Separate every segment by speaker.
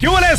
Speaker 1: tardes,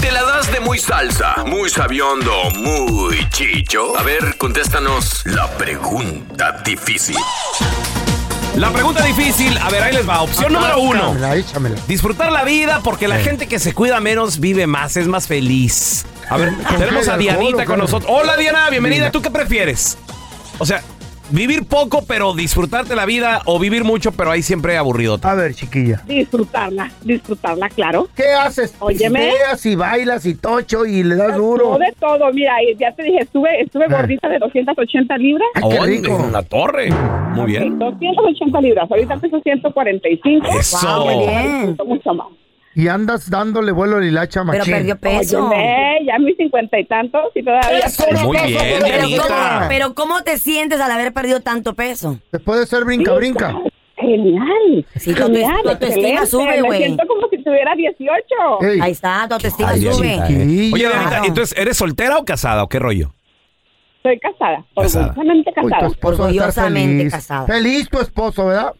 Speaker 2: Te la das de muy salsa, muy sabiondo, muy chicho. A ver, contéstanos la pregunta difícil.
Speaker 1: La pregunta difícil, a ver, ahí les va. Opción número uno.
Speaker 3: Ah, Échamela, échamela.
Speaker 1: Disfrutar la vida porque la gente que se cuida menos vive más, es más feliz. A ver,
Speaker 3: ¿Con
Speaker 1: tenemos
Speaker 3: qué?
Speaker 1: a
Speaker 3: ¿Alcohol
Speaker 1: Dianita
Speaker 3: o
Speaker 1: con
Speaker 3: qué?
Speaker 1: nosotros. Hola Diana, bienvenida. ¿Tú qué prefieres? O sea, vivir poco pero disfrutarte la vida o vivir mucho pero ahí siempre aburrido.
Speaker 3: A ver, chiquilla.
Speaker 4: Disfrutarla, disfrutarla, claro.
Speaker 3: ¿Qué haces?
Speaker 4: Óyeme.
Speaker 3: Pisteas y bailas y tocho y le das duro.
Speaker 4: No de todo, mira, eh, ya te dije, estuve, estuve
Speaker 3: Ah.
Speaker 4: gordita de 280 libras.
Speaker 3: Ay, Ah, qué
Speaker 1: Oh,
Speaker 3: rico. Ah.
Speaker 1: En la torre. Muy bien.
Speaker 4: 280 libras, ahorita peso 145.
Speaker 1: Eso.
Speaker 5: Muy
Speaker 4: Me
Speaker 5: bien.
Speaker 4: siento Mucho más.
Speaker 3: Y andas dándole vuelo a la hilacha,
Speaker 5: Pero
Speaker 3: machín.
Speaker 5: perdió peso.
Speaker 4: Óyeme, ya mis cincuenta y tantos y todavía...
Speaker 1: Muy bien,
Speaker 5: Pero
Speaker 1: Dianita.
Speaker 5: ¿cómo, pero ¿cómo te sientes al haber perdido tanto peso?
Speaker 3: Después de ser brinca, brinca.
Speaker 4: Genial.
Speaker 5: Pues Sí, tu
Speaker 4: genial.
Speaker 5: autoestima- tu autoestima
Speaker 4: excelente.
Speaker 5: sube,
Speaker 4: Me
Speaker 5: güey.
Speaker 4: siento como si tuviera 18.
Speaker 3: Ey,
Speaker 5: Ahí está, Ah, tu autoestima
Speaker 1: Ay, Dianita,
Speaker 5: sube.
Speaker 1: eh.
Speaker 3: Sí,
Speaker 1: Oye,
Speaker 3: ya.
Speaker 1: Dianita,
Speaker 5: Claro.
Speaker 1: entonces, ¿eres soltera o casada o qué rollo?
Speaker 4: Soy casada,
Speaker 1: Casada.
Speaker 4: orgullosamente
Speaker 3: uy, tu
Speaker 4: casada.
Speaker 3: esposo debe estar
Speaker 5: Orgullosamente
Speaker 3: feliz.
Speaker 5: casada.
Speaker 3: Feliz tu esposo, ¿verdad?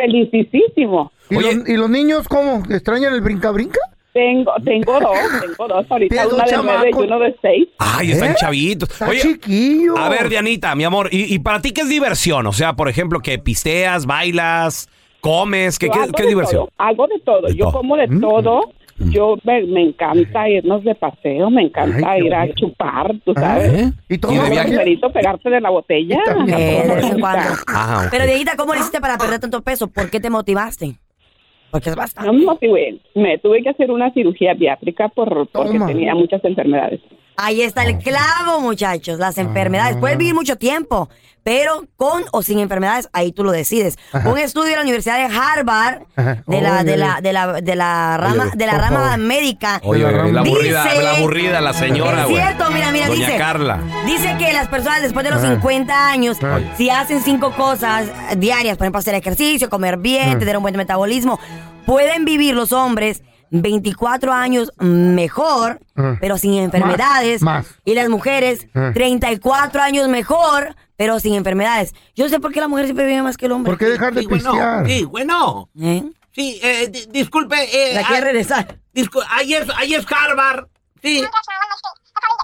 Speaker 4: Felicísimo.
Speaker 3: ¿Y,
Speaker 1: Oye.
Speaker 3: los, y los niños cómo? ¿Extrañan el brinca-brinca?
Speaker 4: Tengo, tengo dos, tengo dos ahorita,
Speaker 3: Tienes
Speaker 4: una
Speaker 3: dos
Speaker 4: de nueve y
Speaker 3: chamacos.
Speaker 4: uno de seis.
Speaker 1: Ay, están
Speaker 3: ¿Eh?
Speaker 1: chavitos.
Speaker 3: Está chiquillo.
Speaker 1: A ver, Dianita, mi amor, ¿y, y para ti qué es diversión? O sea, por ejemplo, que pisteas, bailas, comes, ¿qué,
Speaker 4: Yo
Speaker 1: qué-
Speaker 4: hago
Speaker 1: qué
Speaker 4: de
Speaker 1: diversión?
Speaker 4: todo, hago de todo.
Speaker 1: De
Speaker 4: yo
Speaker 1: todo.
Speaker 4: como
Speaker 3: Mm,
Speaker 4: de todo. Yo me, me encanta irnos de paseo, me encanta
Speaker 3: Ay, qué
Speaker 4: ir a
Speaker 3: bonito.
Speaker 4: chupar, tú
Speaker 3: Ah,
Speaker 4: sabes.
Speaker 1: ¿Eh?
Speaker 3: ¿Y todo
Speaker 1: ¿Y de
Speaker 3: bien?
Speaker 1: viaje?
Speaker 4: Primerito pegarte de la botella.
Speaker 3: Y también.
Speaker 5: Eh, de
Speaker 4: Me
Speaker 5: vez en cuando.
Speaker 4: encanta.
Speaker 1: Ah, ok.
Speaker 5: Pero Dieguita, ¿cómo le hiciste para perder tanto peso? ¿Por qué te motivaste? Ah, Porque es bastante.
Speaker 4: No me motivé. Me tuve que hacer una cirugía biátrica por, porque
Speaker 3: Toma.
Speaker 4: tenía muchas enfermedades.
Speaker 5: Ahí está el clavo, muchachos.
Speaker 1: Ah.
Speaker 5: Las enfermedades. Puedes vivir mucho tiempo, pero con o sin enfermedades, ahí tú lo decides. Un estudio de la Universidad de Harvard,
Speaker 3: Ajá.
Speaker 5: de la, de
Speaker 3: Oye.
Speaker 5: la, de la, de la rama, de la
Speaker 3: por
Speaker 5: rama
Speaker 3: favor.
Speaker 5: médica.
Speaker 1: Oye,
Speaker 3: la
Speaker 1: la,
Speaker 3: rama.
Speaker 1: aburrida,
Speaker 5: Dice-
Speaker 1: la aburrida, la señora,
Speaker 5: es
Speaker 1: güey.
Speaker 5: cierto, mira, mira,
Speaker 1: Doña
Speaker 5: dice.
Speaker 1: Carla.
Speaker 5: Dice que las personas después de los
Speaker 3: Ah.
Speaker 5: 50 años,
Speaker 3: Ah.
Speaker 5: si hacen cinco cosas diarias, por ejemplo, hacer ejercicio, comer bien,
Speaker 3: Ah.
Speaker 5: tener un buen metabolismo, pueden vivir los hombres 24 años mejor,
Speaker 3: Ah.
Speaker 5: pero sin enfermedades.
Speaker 3: más.
Speaker 5: Y las mujeres
Speaker 3: Ah.
Speaker 5: 34 años mejor, pero sin enfermedades. Yo no sé por qué la mujer siempre vive más que el hombre.
Speaker 3: ¿Por qué dejar de
Speaker 6: Sí, bueno,
Speaker 3: pistear?
Speaker 6: sí, bueno.
Speaker 5: ¿Eh?
Speaker 6: Sí, eh, di- disculpe. eh,
Speaker 5: La
Speaker 6: ah,
Speaker 5: quiere regresar.
Speaker 6: discu- ahí, es, ahí es Harvard. Sí.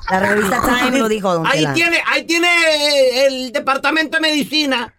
Speaker 5: La revista Time lo dijo, don
Speaker 6: ahí
Speaker 5: Tela.
Speaker 6: tiene, ahí tiene eh, el departamento de medicina.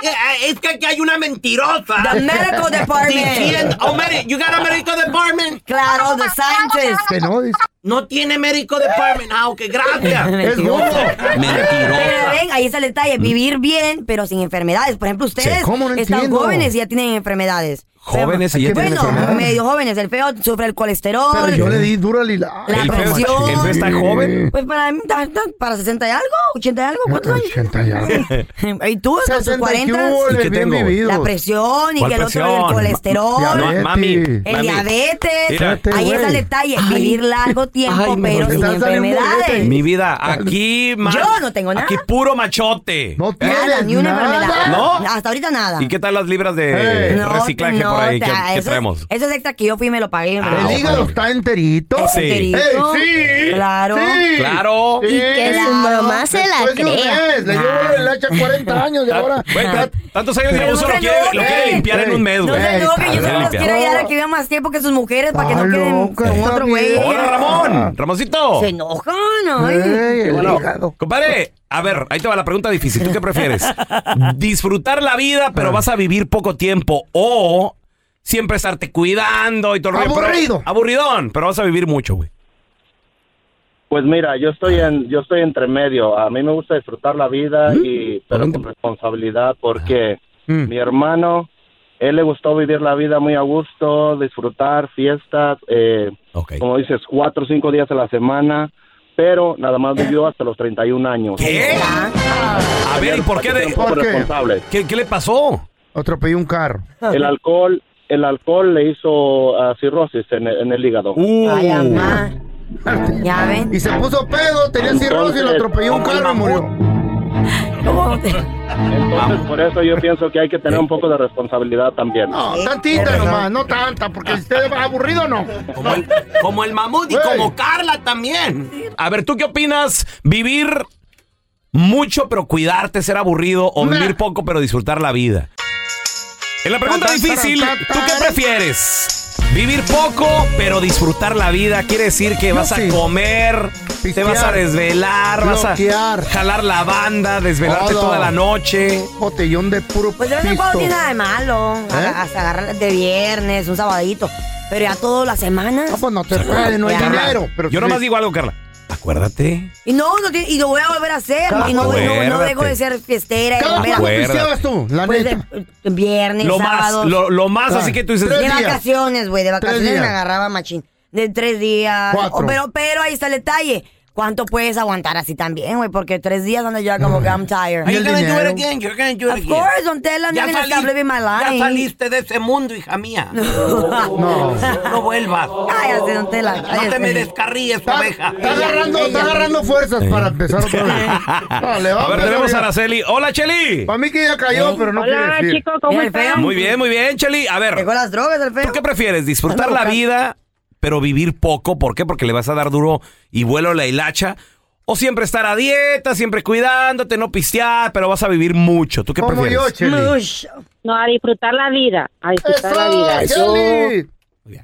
Speaker 6: Eh, ah, es que aquí hay una mentirosa.
Speaker 5: The
Speaker 6: Diciendo,
Speaker 5: Medical Department.
Speaker 6: oh, medi- you got a medical department.
Speaker 5: Claro, The Scientist.
Speaker 3: Que no, dice.
Speaker 6: No tiene medical department. Ah, ok, gracias.
Speaker 3: Es gordo.
Speaker 5: Pero
Speaker 6: Mentirosa.
Speaker 5: ven, ahí está el detalle, vivir bien, pero sin enfermedades. Por ejemplo, ustedes
Speaker 3: Mm. Sí, ¿cómo no
Speaker 5: están
Speaker 3: entiendo?
Speaker 5: jóvenes y ya tienen enfermedades.
Speaker 1: Jóvenes y
Speaker 3: Hay
Speaker 1: ya
Speaker 3: que
Speaker 1: tienen
Speaker 5: Bueno,
Speaker 3: enfermedades.
Speaker 5: medio jóvenes, el feo sufre el colesterol.
Speaker 3: Pero yo le di duro al hila.
Speaker 5: La
Speaker 1: el, feo,
Speaker 5: presión.
Speaker 1: el feo está joven.
Speaker 5: Pues para, mí, ta- ta- para 60 y algo, 80 y algo,
Speaker 3: Ah,
Speaker 5: ¿cuántos años?
Speaker 3: 80 y algo.
Speaker 5: ¿Y tú hasta tus
Speaker 3: 60 y
Speaker 5: 40?
Speaker 3: hubo,
Speaker 1: ¿Y qué
Speaker 3: bien
Speaker 1: tengo?
Speaker 3: vivido.
Speaker 5: La presión y
Speaker 1: ¿Cuál
Speaker 5: que el otro
Speaker 1: presión?
Speaker 5: el colesterol.
Speaker 3: Ya,
Speaker 1: No,
Speaker 3: Diabetes.
Speaker 1: mami.
Speaker 5: El
Speaker 1: mami.
Speaker 5: diabetes.
Speaker 1: Mira.
Speaker 3: Espérate,
Speaker 5: Ahí
Speaker 3: güey.
Speaker 5: está el detalle. Vivir largo tiempo,
Speaker 6: Ay, me
Speaker 5: pero sin
Speaker 3: estás dando un
Speaker 5: enfermedades.
Speaker 3: boleto.
Speaker 1: Mi vida, aquí más.
Speaker 5: Yo no tengo nada.
Speaker 1: Aquí puro machote. ¿Eh?
Speaker 3: No
Speaker 5: Nada,
Speaker 3: tienes
Speaker 5: ni una
Speaker 3: nada.
Speaker 5: enfermedad.
Speaker 1: ¿no?
Speaker 5: Hasta ahorita nada.
Speaker 1: ¿Y qué tal las libras de
Speaker 3: Eh.
Speaker 1: reciclaje por ahí
Speaker 5: te-
Speaker 1: que,
Speaker 5: ah, eso es-
Speaker 1: traemos?
Speaker 5: Eso es extra que yo fui y me lo pagué. me lo
Speaker 1: Ah,
Speaker 3: El
Speaker 5: pagué.
Speaker 3: hígado está enterito.
Speaker 5: Es
Speaker 1: Oh, Sí.
Speaker 5: enterito.
Speaker 3: ¡Ey, sí!
Speaker 5: Claro.
Speaker 3: Sí.
Speaker 1: Claro.
Speaker 3: Sí.
Speaker 7: que su mamá se la
Speaker 3: Después de un
Speaker 7: crea.
Speaker 3: mes, Pues Le llevo el hacha 40 años y ahora.
Speaker 1: Güey,
Speaker 3: Ya-
Speaker 1: tan- Ah. tantos años de
Speaker 5: Pero
Speaker 1: abuso
Speaker 5: no
Speaker 1: lo
Speaker 5: se
Speaker 1: quiere, lo
Speaker 5: enoje.
Speaker 1: quiere limpiar en un mes,
Speaker 5: No
Speaker 1: güey.
Speaker 5: se enoje,
Speaker 1: Lo
Speaker 5: yo
Speaker 1: quiere
Speaker 5: solo los
Speaker 1: limpiar.
Speaker 5: quiero ayudar a que vivan más tiempo que sus mujeres para que no
Speaker 3: Está
Speaker 5: queden
Speaker 3: loca
Speaker 5: con
Speaker 3: esta
Speaker 5: otro güey.
Speaker 3: vieja.
Speaker 1: Hola, Ramón. Ramoncito.
Speaker 5: Se enojan, ay.
Speaker 3: Ah. Ey, el
Speaker 1: Bueno,
Speaker 3: hígado.
Speaker 1: compadre, a ver, ahí te va la pregunta difícil. ¿Tú qué prefieres? ¿Disfrutar la vida,
Speaker 3: Ah.
Speaker 1: pero vas a vivir poco tiempo? ¿O siempre estarte cuidando y todo el rollo, pero-
Speaker 3: Aburrido.
Speaker 1: aburridón, pero vas a vivir mucho, güey.
Speaker 8: Pues mira, yo estoy en, yo estoy entre medio. A mí me gusta disfrutar la vida y pero con responsabilidad porque
Speaker 1: Ah.
Speaker 8: mi hermano, él le gustó vivir la vida muy a gusto, disfrutar fiestas, eh,
Speaker 1: Ok.
Speaker 8: como dices, cuatro o cinco días a la semana, pero nada más vivió hasta los 31 años.
Speaker 1: ¿Qué? A ver, ¿y por qué? de-
Speaker 3: ¿Por qué?
Speaker 8: responsable.
Speaker 1: ¿Qué, qué le pasó?
Speaker 3: Atropellé un carro.
Speaker 8: El alcohol, el alcohol le hizo ah, cirrosis en el, en el hígado.
Speaker 1: Uh,
Speaker 5: Ay, mamá. Ya ven.
Speaker 3: Y se puso pedo, tenía cirrosis, lo atropelló un carro y murió.
Speaker 5: ¿Cómo te-
Speaker 9: Entonces, por eso yo pienso que hay que
Speaker 1: Eh,
Speaker 9: tener un poco de responsabilidad también.
Speaker 3: Eh, No, Ah, tantita nomás, no tanta, porque si usted va aburrido, no.
Speaker 6: Como el, como el mamut y
Speaker 3: Güey.
Speaker 6: como Carla también.
Speaker 1: A ver, ¿tú qué opinas? ¿Vivir mucho pero cuidarte, ser aburrido o
Speaker 3: Nah.
Speaker 1: vivir poco pero disfrutar la vida? En la pregunta difícil, ¿tú qué prefieres? ¿Vivir poco pero disfrutar la vida? Quiere decir que vas a
Speaker 3: sí.
Speaker 1: comer, te
Speaker 3: Pistear.
Speaker 1: vas a desvelar, vas a
Speaker 3: Bloquear.
Speaker 1: jalar la banda, desvelarte
Speaker 3: Todo.
Speaker 1: toda la noche.
Speaker 3: Botellón de puro
Speaker 5: Pues de vez en cuando
Speaker 3: pisto.
Speaker 5: tiene nada de malo.
Speaker 3: ¿Eh?
Speaker 5: Aga- Hasta agarrar de viernes, un sabadito. Pero ya todas las semanas.
Speaker 3: No, pues no te puede, no hay
Speaker 5: Ya.
Speaker 3: dinero. Pero
Speaker 1: Yo
Speaker 3: sí.
Speaker 1: nomás digo algo, Carla. Acuérdate.
Speaker 5: Y no, no tiene- y lo voy a volver a hacer. Y no, no, no dejo de ser fiestera y
Speaker 3: ¿Cada
Speaker 5: bombera.
Speaker 3: cuándo
Speaker 1: Acuérdate.
Speaker 3: pisteabas tú? La
Speaker 5: Pues
Speaker 3: neta.
Speaker 5: de- viernes,
Speaker 1: Lo más,
Speaker 5: sábado.
Speaker 1: lo, lo más,
Speaker 3: Ah.
Speaker 1: así que tú dices,
Speaker 3: Tres
Speaker 5: de
Speaker 3: días.
Speaker 5: vacaciones, güey. De vacaciones
Speaker 3: días.
Speaker 5: me agarraba machín. De tres días.
Speaker 3: Cuatro.
Speaker 5: O- pero, pero ahí está el detalle. ¿Cuánto puedes aguantar así también, güey? Porque tres días ando yo como que I'm tired.
Speaker 3: Y
Speaker 6: You're
Speaker 3: el
Speaker 6: gonna do it
Speaker 3: dinero.
Speaker 6: again, you're gonna do it again.
Speaker 5: Of course, don't tell I'm
Speaker 6: Ya
Speaker 5: not gonna
Speaker 6: salí-
Speaker 5: stop living my life.
Speaker 6: ya saliste de ese mundo, hija mía.
Speaker 3: No.
Speaker 6: No vuelvas.
Speaker 5: Cállate, don Tela.
Speaker 6: No te
Speaker 5: cállate.
Speaker 6: me descarríes,
Speaker 3: Está,
Speaker 6: oveja.
Speaker 3: está agarrando, está agarrando fuerzas para empezar otra vez. Dale,
Speaker 1: a
Speaker 3: vamos.
Speaker 1: ver, tenemos a Araceli. Hola, Cheli.
Speaker 3: Para mí que ya cayó, pero no quiere
Speaker 10: Hola,
Speaker 3: decir.
Speaker 10: chicos, ¿cómo
Speaker 5: Mira, el feo.
Speaker 10: están?
Speaker 1: Muy bien, muy bien, Cheli. A ver.
Speaker 5: Llegó las drogas, el feo.
Speaker 1: ¿Tú qué prefieres? ¿Disfrutar
Speaker 5: Ando
Speaker 1: la
Speaker 5: buscando.
Speaker 1: vida, pero vivir poco? ¿Por qué? Porque le vas a dar duro y vuelo la hilacha. ¿O siempre estar a dieta, siempre cuidándote, no pistear, pero vas a vivir mucho? ¿Tú qué
Speaker 3: Como
Speaker 1: prefieres?
Speaker 3: yo, Cheli.
Speaker 5: Mush.
Speaker 10: No, a disfrutar la vida, a disfrutar la vida.
Speaker 3: ¡Eso,
Speaker 10: Yo,
Speaker 3: Cheli!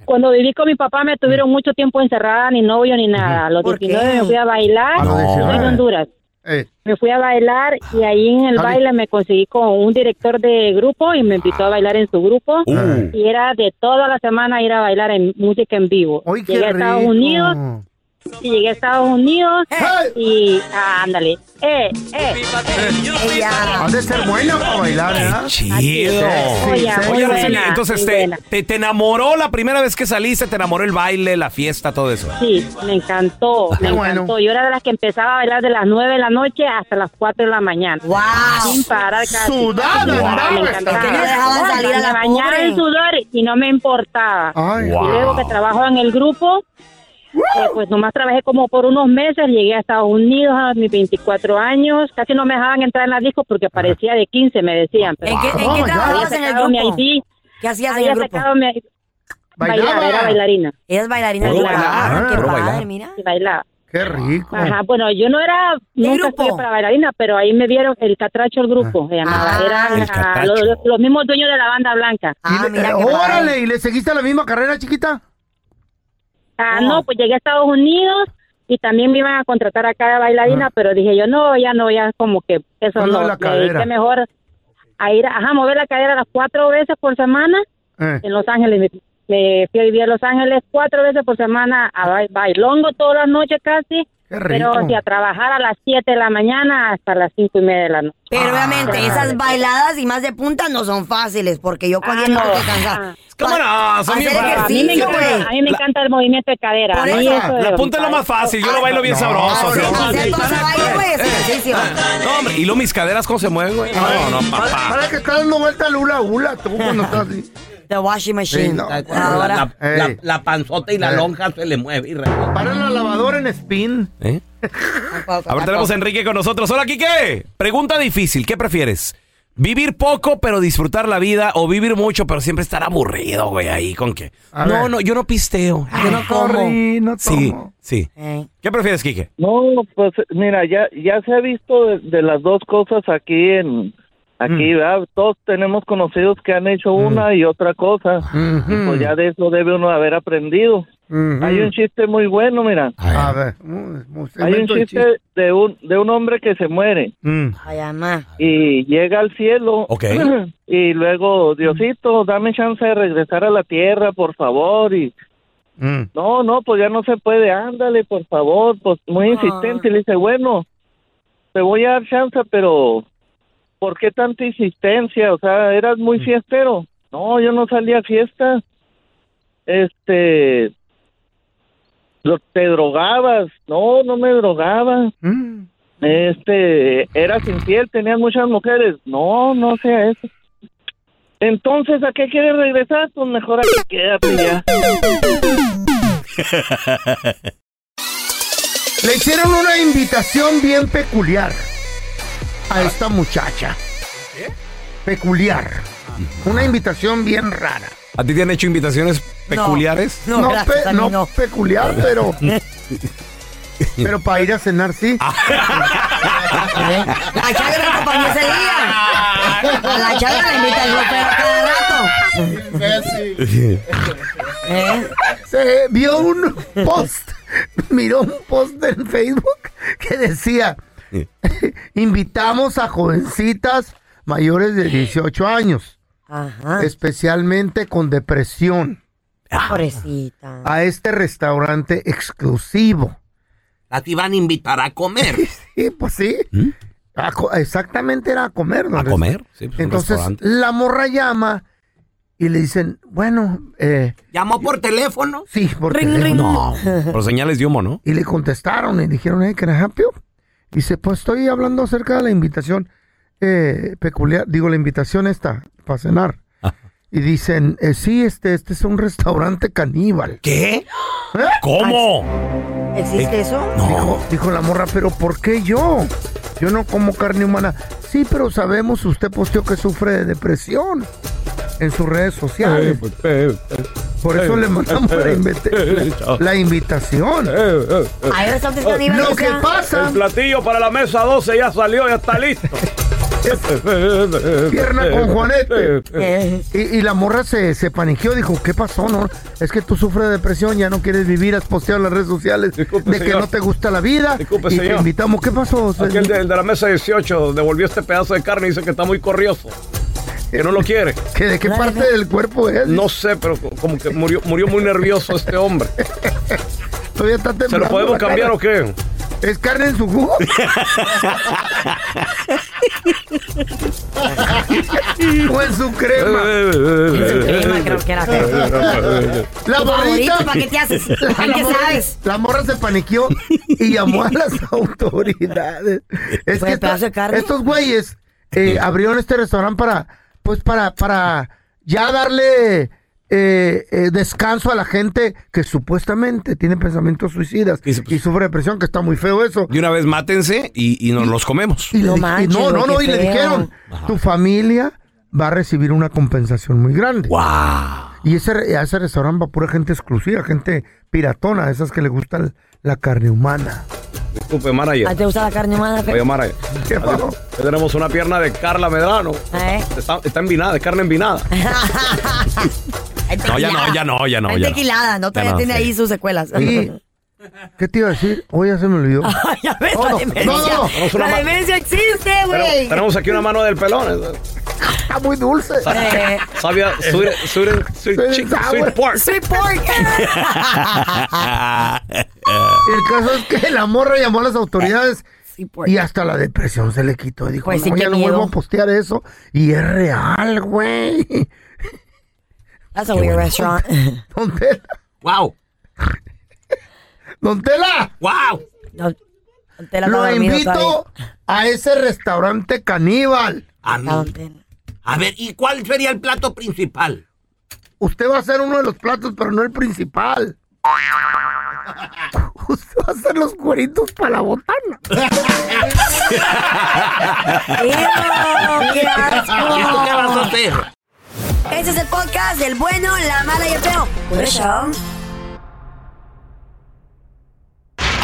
Speaker 10: cuando viví con mi papá, me tuvieron mucho tiempo encerrada, ni novio ni nada. A los
Speaker 5: Mm. ¿Por qué?
Speaker 10: 19 me fui a bailar,
Speaker 3: A los
Speaker 10: estoy en
Speaker 3: 19.
Speaker 10: Honduras.
Speaker 3: Eh,
Speaker 10: Me fui a bailar y ahí en el
Speaker 3: Javi.
Speaker 10: baile me conseguí con un director de grupo y me invitó a bailar en su grupo.
Speaker 1: Uh.
Speaker 10: Y era de toda la semana ir a bailar en música en vivo.
Speaker 3: ¡Ay, qué
Speaker 10: llegué a Estados
Speaker 3: rico.
Speaker 10: Unidos, y llegué a Estados Unidos
Speaker 3: ¡Hey!
Speaker 10: y ah, ándale. Eh, eh.
Speaker 5: Ella.
Speaker 3: Has de ser buena para bailar, ¿eh?
Speaker 1: ¡Qué chido!
Speaker 3: Sí,
Speaker 10: Oye,
Speaker 3: sí.
Speaker 10: muy
Speaker 1: Oye, Araceli,
Speaker 10: buena,
Speaker 1: entonces
Speaker 10: muy
Speaker 1: te,
Speaker 10: buena.
Speaker 1: te, te enamoró la primera vez que saliste, te enamoró el baile, la fiesta, todo eso.
Speaker 10: Sí, me encantó,
Speaker 3: Qué
Speaker 10: me
Speaker 3: bueno.
Speaker 10: encantó. Yo era de las que empezaba a bailar de las 9 de la noche hasta las 4 de la mañana.
Speaker 5: Wow.
Speaker 10: Sin parar casi.
Speaker 3: Sudada
Speaker 10: Me
Speaker 3: andaba esta
Speaker 10: encantaba.
Speaker 5: Que no dejaban salir a la
Speaker 10: Me bañaba
Speaker 5: pobre.
Speaker 10: en sudor y no me importaba.
Speaker 3: Ay,
Speaker 1: Wow.
Speaker 10: Y luego que trabajo en el grupo, eh, pues nomás trabajé como por unos meses, llegué a Estados Unidos a mis 24 años, casi no me dejaban entrar en la disco porque parecía de 15, me decían. Pero
Speaker 5: ¿En qué, en
Speaker 3: Oh,
Speaker 5: qué
Speaker 3: my
Speaker 5: trabajabas
Speaker 10: había
Speaker 5: en el
Speaker 10: sacado mi
Speaker 5: grupo?
Speaker 10: ID,
Speaker 5: ¿Qué hacías en
Speaker 10: había
Speaker 5: el grupo?
Speaker 10: sacado mi Bailaba, era
Speaker 3: bailaba.
Speaker 10: bailarina,
Speaker 5: Ella es bailarina.
Speaker 1: Puro
Speaker 5: de grupo.
Speaker 1: bailar,
Speaker 5: Ah, qué
Speaker 1: puro
Speaker 5: padre,
Speaker 1: bailar.
Speaker 5: mira.
Speaker 10: y bailaba.
Speaker 3: Qué rico.
Speaker 5: Ah,
Speaker 10: Ajá, bueno, yo no era, nunca
Speaker 5: grupo?
Speaker 10: estuve para bailarina, pero ahí me vieron el catracho, el grupo, se llamaba.
Speaker 5: Ah,
Speaker 10: Eran
Speaker 1: El
Speaker 10: ah,
Speaker 1: Catracho.
Speaker 10: los, los mismos dueños de la banda blanca.
Speaker 3: Y
Speaker 5: Ah,
Speaker 3: le-
Speaker 5: mira,
Speaker 3: eh,
Speaker 5: qué
Speaker 3: órale,
Speaker 5: padre.
Speaker 3: ¿y le seguiste la misma carrera, chiquita?
Speaker 10: Ah,
Speaker 5: Oh.
Speaker 10: no, pues llegué a Estados Unidos y también me iban a contratar acá de
Speaker 5: Ah.
Speaker 10: bailarina, pero dije yo, no, ya no, ya como que eso
Speaker 5: Pues
Speaker 3: Solo
Speaker 10: no,
Speaker 3: la
Speaker 10: me
Speaker 3: cadera.
Speaker 10: dediqué mejor a ir, ajá, mover la cadera las cuatro veces por semana
Speaker 3: Eh.
Speaker 10: en Los Ángeles. Me, me fui a vivir a Los Ángeles cuatro veces por semana a ba- bailongo todas las noches casi,
Speaker 3: Qué rico.
Speaker 10: pero o sea, a trabajar a las siete de la mañana hasta las cinco y media de la noche.
Speaker 5: Pero obviamente esas bailadas y más de punta no son fáciles porque yo cuando
Speaker 10: Ah,
Speaker 5: no
Speaker 10: no.
Speaker 5: te cansas.
Speaker 10: Ah.
Speaker 1: ¿Cómo no? Son bien
Speaker 5: Hacer
Speaker 10: A mí me
Speaker 5: ejercicio,
Speaker 10: encanta, a
Speaker 5: güey.
Speaker 10: mí me encanta el movimiento de cadera.
Speaker 5: Por
Speaker 10: a mí
Speaker 5: eso,
Speaker 10: eso de-
Speaker 1: La punta es lo más fácil, yo lo bailo bien
Speaker 3: No,
Speaker 1: sabroso.
Speaker 5: Hacer
Speaker 1: ¿sí?
Speaker 5: hacer todo ese baile, güey, es ejercicio.
Speaker 1: No, hombre, y luego mis caderas cómo se mueven, güey. No, no,
Speaker 3: Para,
Speaker 1: papá.
Speaker 3: para que estás dando vuelta al hula hula, tú cuando estás así.
Speaker 5: The washing machine.
Speaker 3: Sí, no.
Speaker 6: La,
Speaker 5: Ahora.
Speaker 6: la- la-
Speaker 3: Ey.
Speaker 6: la panzota y la
Speaker 3: Ey.
Speaker 6: lonja se le mueve. y re-
Speaker 3: Para la lavadora en spin.
Speaker 1: ¿Eh? A ver, tenemos a Enrique con nosotros. Hola, Quique. Pregunta difícil. ¿Qué prefieres? ¿Vivir poco pero disfrutar la vida o vivir mucho pero siempre estar aburrido, güey, ahí con qué?
Speaker 3: A
Speaker 1: no,
Speaker 3: ver.
Speaker 1: no, yo no pisteo. Yo no como.
Speaker 3: Sorry, no
Speaker 1: Sí,
Speaker 3: tomo.
Speaker 1: sí.
Speaker 5: Eh.
Speaker 1: ¿Qué prefieres, Quique?
Speaker 11: No, pues mira, ya ya se ha visto de, de las dos cosas aquí en aquí,
Speaker 1: Mm.
Speaker 11: ¿verdad? Todos tenemos conocidos que han hecho una y otra cosa. Y,
Speaker 1: Mm.
Speaker 11: Pues ya de eso debe uno haber aprendido.
Speaker 3: Ujú.
Speaker 11: Hay un chiste muy bueno, mira.
Speaker 3: A ver. mm, mm,
Speaker 11: Hay un
Speaker 3: invento de
Speaker 11: chiste de un de un hombre que se muere
Speaker 3: Mm.
Speaker 5: Ay, mamá.
Speaker 11: y llega al cielo.
Speaker 1: Ok.
Speaker 11: Y luego, Diosito, dame chance de regresar a la tierra, por favor, y
Speaker 3: Mm.
Speaker 11: No, no, pues ya no se puede, ándale, por favor, pues muy insistente. Le dice, bueno, te voy a dar chance, pero ¿por qué tanta insistencia? O sea, eras muy fiestero. No, yo no salía a fiesta. Este, lo- te drogabas. No, no me drogaba.
Speaker 3: Mm.
Speaker 11: Este, eras infiel, tenías muchas mujeres. No, no sea eso. Entonces, ¿a qué quieres regresar? Pues mejor aquí quédate ya.
Speaker 3: Le hicieron una invitación bien peculiar a esta muchacha. Peculiar. Una invitación bien rara.
Speaker 1: ¿A ti te han hecho invitaciones peculiares?
Speaker 3: No,
Speaker 5: gracias,
Speaker 3: pe-
Speaker 5: a mí
Speaker 3: no
Speaker 5: no.
Speaker 3: peculiar, pero. pero para ir a cenar, sí. Ah. ¿Eh?
Speaker 5: La chagra la acompañó ese día. A la chagra la invita al buffet a cada rato. ¿Eh?
Speaker 3: Se vio un post, miró un post en Facebook que decía, invitamos a jovencitas mayores de 18 años,
Speaker 5: Ajá.
Speaker 3: especialmente con depresión,
Speaker 1: Ah.
Speaker 5: Pobrecita.
Speaker 3: a este restaurante exclusivo.
Speaker 6: A ti van a invitar a comer.
Speaker 3: Y pues sí, a co- exactamente era a comer. don
Speaker 1: ¿Mm? ¿A
Speaker 3: Res-
Speaker 1: comer? Sí, pues un
Speaker 3: Entonces
Speaker 1: restaurante.
Speaker 3: la morra llama y le dicen, bueno, eh,
Speaker 6: Llamó por teléfono.
Speaker 3: sí, por
Speaker 5: Ring,
Speaker 3: teléfono".
Speaker 5: ring.
Speaker 1: No, por señales de humo, ¿no?
Speaker 3: Y le contestaron y dijeron, hey, can I help you?" Dice, pues estoy hablando acerca de la invitación eh, peculiar, digo, la invitación esta, para cenar. Y dicen, "Eh, sí, este, este es un restaurante caníbal. ¿Eh?
Speaker 1: ¿Qué? ¿Cómo?
Speaker 5: ¿Existe eso?
Speaker 1: Eh, No.
Speaker 3: Dijo, dijo la morra, pero ¿por qué yo? Yo no como carne humana. Sí, pero sabemos, usted posteó que sufre de depresión en sus redes
Speaker 1: Eh,
Speaker 3: sociales. Por eso le mandamos la, invita- la invitación.
Speaker 1: eh,
Speaker 5: Hay restaurantes caníbales.
Speaker 3: Lo
Speaker 5: o
Speaker 3: que
Speaker 5: sea,
Speaker 3: pasa...
Speaker 1: platillo para la mesa 12 ya salió, ya está listo.
Speaker 3: Pierna con Juanete.
Speaker 5: eh,
Speaker 3: Y, y la morra se, se paniqueó, dijo, ¿qué pasó? No, es que tú sufres de depresión, ya no quieres vivir, has posteado en las redes sociales
Speaker 12: Disculpe,
Speaker 3: de que
Speaker 12: señor.
Speaker 3: no te gusta la vida.
Speaker 12: Disculpe,
Speaker 3: y te
Speaker 12: señor.
Speaker 3: invitamos, ¿qué pasó?
Speaker 12: Aquí el de, el de la mesa 18 devolvió este pedazo de carne y dice que está muy corrioso. Que no lo quiere.
Speaker 3: ¿Que ¿De qué parte del cuerpo es?
Speaker 12: No sé, pero co- como que murió, murió muy nervioso este hombre.
Speaker 3: Todavía está temblando.
Speaker 12: ¿Se lo podemos
Speaker 3: la
Speaker 12: cambiar
Speaker 3: cara.
Speaker 12: o qué?
Speaker 3: ¿Es carne en su jugo? o en su crema.
Speaker 5: crema, creo que era crema.
Speaker 3: La
Speaker 5: Tu
Speaker 3: morrita.
Speaker 5: favorito, ¿para qué te haces? ¿Para qué
Speaker 3: morra-
Speaker 5: sabes?
Speaker 3: la morra se paniqueó y llamó a las autoridades. Es
Speaker 5: ¿Fue
Speaker 3: que
Speaker 5: pedazo de carne?
Speaker 3: estos güeyes eh, abrieron este restaurante para, pues para, para ya darle eh, eh, descanso a la gente que supuestamente tiene pensamientos suicidas
Speaker 1: Y se-
Speaker 3: y sufre depresión, que está muy feo eso.
Speaker 1: De una vez mátense y, y nos los comemos.
Speaker 3: Y le
Speaker 5: No
Speaker 3: di- y
Speaker 5: manches,
Speaker 3: no, no,
Speaker 5: güey,
Speaker 3: no,
Speaker 5: qué
Speaker 3: y le
Speaker 5: feo.
Speaker 3: dijeron, tu familia va a recibir una compensación muy grande.
Speaker 1: ¡Wow!
Speaker 3: Y ese, re- a ese restaurante va pura gente exclusiva, gente piratona, esas que le gusta el- la carne humana.
Speaker 12: Disculpe,
Speaker 5: ¿A ti
Speaker 12: manager.
Speaker 5: ¿Te gusta la carne humana? Fe?
Speaker 12: Oye, manager.
Speaker 3: ¿Qué pasó?
Speaker 12: Ya Tenemos una pierna de Carla Medrano.
Speaker 5: ¿Eh?
Speaker 12: Está, está envinada, es carne envinada.
Speaker 5: Hay
Speaker 1: No, ya
Speaker 5: tequilada.
Speaker 1: no, ya no, ya no.
Speaker 5: Hay
Speaker 1: ya
Speaker 5: tequilada, no, todavía
Speaker 1: no,
Speaker 5: tiene
Speaker 1: sí.
Speaker 5: ahí sus secuelas.
Speaker 3: Y, ¿Qué te iba a decir? Hoy ya se me olvidó.
Speaker 5: Ay, ya ves,
Speaker 3: No,
Speaker 5: la
Speaker 3: no,
Speaker 5: demencia.
Speaker 3: no, no,
Speaker 12: tenemos una
Speaker 5: la
Speaker 12: ma-
Speaker 5: demencia existe, güey.
Speaker 12: Tenemos-
Speaker 3: um-
Speaker 12: tenemos aquí una mano del pelón.
Speaker 3: Está muy dulce.
Speaker 5: Eh,
Speaker 12: Sabia, sweet, sweet, sweet,
Speaker 3: Sweet
Speaker 12: chicken,
Speaker 3: sour.
Speaker 12: sweet pork.
Speaker 5: sweet pork.
Speaker 3: El caso es que la morra llamó a las autoridades
Speaker 5: Sweet pork.
Speaker 3: y hasta la depresión se le quitó. Dijo,
Speaker 5: Pues sí,
Speaker 3: no,
Speaker 5: qué
Speaker 3: ya no
Speaker 5: miedo.
Speaker 3: vuelvo a postear eso. Y es real, güey.
Speaker 5: That's a weird restaurant.
Speaker 3: Don Tela.
Speaker 6: ¡Wow!
Speaker 3: Don Tela,
Speaker 6: ¡Wow!
Speaker 5: No, te la
Speaker 3: lo
Speaker 5: está dormido
Speaker 3: invito
Speaker 5: todavía.
Speaker 3: a ese restaurante caníbal.
Speaker 6: A, mí.
Speaker 5: Está don Tela.
Speaker 6: a ver, ¿y cuál sería el plato principal?
Speaker 3: Usted va a hacer uno de los platos, pero no el principal. Usted va a hacer los cueritos para la botana.
Speaker 5: Ew,
Speaker 6: ¿Y tú
Speaker 5: ¡Qué
Speaker 6: qué vas a
Speaker 5: asco!
Speaker 6: hacer?
Speaker 5: Ese Este es el podcast del bueno, la mala y el feo. Por eso.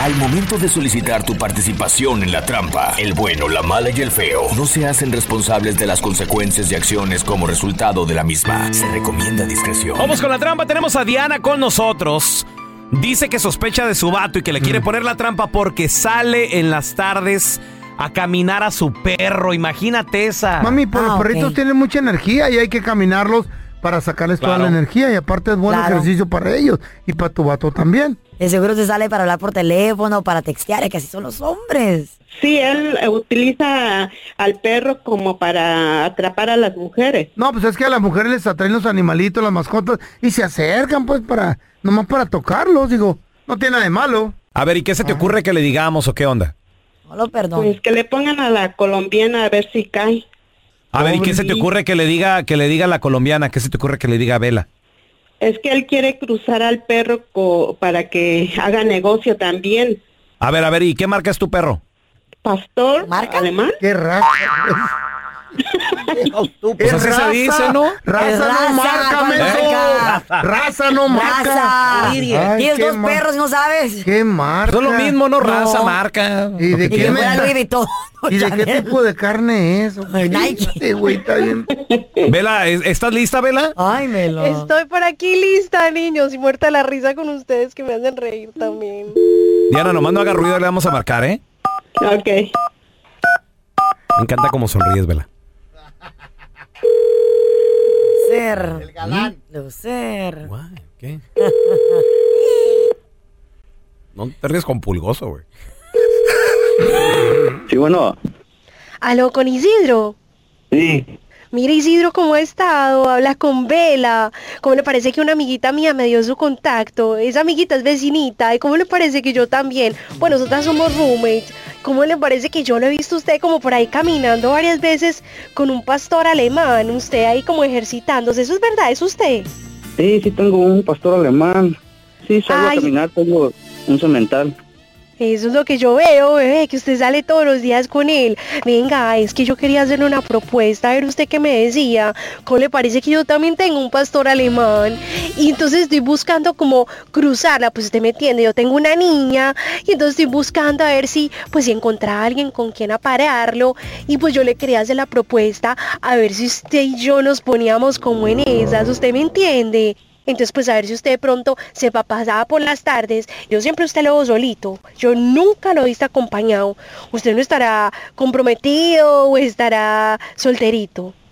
Speaker 2: Al momento de solicitar tu participación en la trampa, el bueno, la mala y el feo no se hacen responsables de las consecuencias y acciones como resultado de la misma. Se recomienda discreción.
Speaker 1: Vamos con la trampa, tenemos a Diana con nosotros. Dice que sospecha de su vato y que le
Speaker 3: Mm.
Speaker 1: quiere poner la trampa porque sale en las tardes a caminar a su perro. Imagínate esa.
Speaker 3: Mami, pero
Speaker 5: Ah,
Speaker 3: los
Speaker 5: ok.
Speaker 3: perritos tienen mucha energía y hay que caminarlos para sacarles toda
Speaker 1: Claro.
Speaker 3: la energía. Y aparte es buen
Speaker 5: Claro.
Speaker 3: ejercicio para ellos y para tu vato también.
Speaker 5: De seguro se sale para hablar por teléfono, para textear, es que así son los hombres.
Speaker 13: Sí, él eh, utiliza al perro como para atrapar a las mujeres.
Speaker 3: No, pues es que a las mujeres les atraen los animalitos, las mascotas y se acercan pues para, nomás para tocarlos, digo. No tiene nada de malo.
Speaker 1: A ver, ¿y qué se
Speaker 3: Ah.
Speaker 1: te ocurre que le digamos o qué onda?
Speaker 5: No lo perdono.
Speaker 13: Pues que le pongan a la colombiana a ver si cae.
Speaker 1: A ver, ¿y qué se te ocurre que le diga que le diga la colombiana? ¿Qué se te ocurre que le diga a Vela?
Speaker 13: Es que él quiere cruzar al perro co- para que haga negocio también.
Speaker 1: A ver, a ver, ¿y qué marca es tu perro?
Speaker 13: Pastor alemán.
Speaker 3: Qué raza.
Speaker 1: Pues así se dice, ¿no?
Speaker 3: Raza,
Speaker 5: Raza,
Speaker 3: no marca,
Speaker 5: ¿cuál
Speaker 3: menso.
Speaker 5: marca?
Speaker 3: Raza no marca.
Speaker 5: Raza. Tienes
Speaker 3: qué
Speaker 5: dos
Speaker 3: ma-
Speaker 5: perros y no sabes.
Speaker 3: Qué marca.
Speaker 1: Son Pues lo mismo, ¿no? Raza,
Speaker 5: No.
Speaker 1: marca.
Speaker 3: ¿Y de
Speaker 1: lo que
Speaker 5: Y
Speaker 3: qué,
Speaker 5: que
Speaker 1: quieras.
Speaker 5: me da Louis Vuitton.
Speaker 3: ¿Y de qué
Speaker 5: Chanel.
Speaker 3: tipo de carne es? hombre?
Speaker 5: Nike.
Speaker 3: Este güey está bien.
Speaker 1: Vela, ¿es- ¿estás lista, Vela?
Speaker 5: Ay, Melo.
Speaker 14: Estoy por aquí lista, niños, y muerta de la risa con ustedes que me hacen reír también.
Speaker 1: Diana, nomás no haga ruido, le vamos a marcar, ¿eh?
Speaker 13: Ok.
Speaker 1: Me encanta cómo sonríes, Vela.
Speaker 5: Ser. El galán. Lucer.
Speaker 1: Guay, ¿Qué? No te ríes con pulgoso, güey.
Speaker 15: Sí, bueno.
Speaker 14: Aló, con Isidro.
Speaker 15: Sí.
Speaker 14: Mira, Isidro, ¿cómo ha estado? Hablas con Vela. ¿Cómo le parece que una amiguita mía me dio su contacto? Esa amiguita es vecinita. ¿Y cómo le parece que yo también? Bueno, nosotras somos roommates. ¿Cómo le parece que yo lo he visto a usted como por ahí caminando varias veces con un pastor alemán? Usted ahí como ejercitándose. ¿Eso es verdad? ¿Es usted?
Speaker 15: Sí, sí tengo un pastor alemán. Sí, salgo
Speaker 14: Ay.
Speaker 15: a caminar, tengo un cemental.
Speaker 14: Eso es lo que yo veo, bebé, que usted sale todos los días con él. Venga, es que yo quería hacerle una propuesta, a ver usted qué me decía. ¿Cómo le parece que yo también tengo un pastor alemán? Y entonces estoy buscando como cruzarla, pues usted me entiende, yo tengo una niña y entonces estoy buscando a ver si, pues si encontrar a alguien con quien aparearlo. Y pues yo le quería hacer la propuesta, a ver si usted y yo nos poníamos como en esas, usted me entiende. Entonces, pues a ver si usted de pronto se pa- pasaba por las tardes. Yo siempre a usted lo veo solito. Yo nunca lo he visto acompañado. Usted no estará comprometido o estará solterito.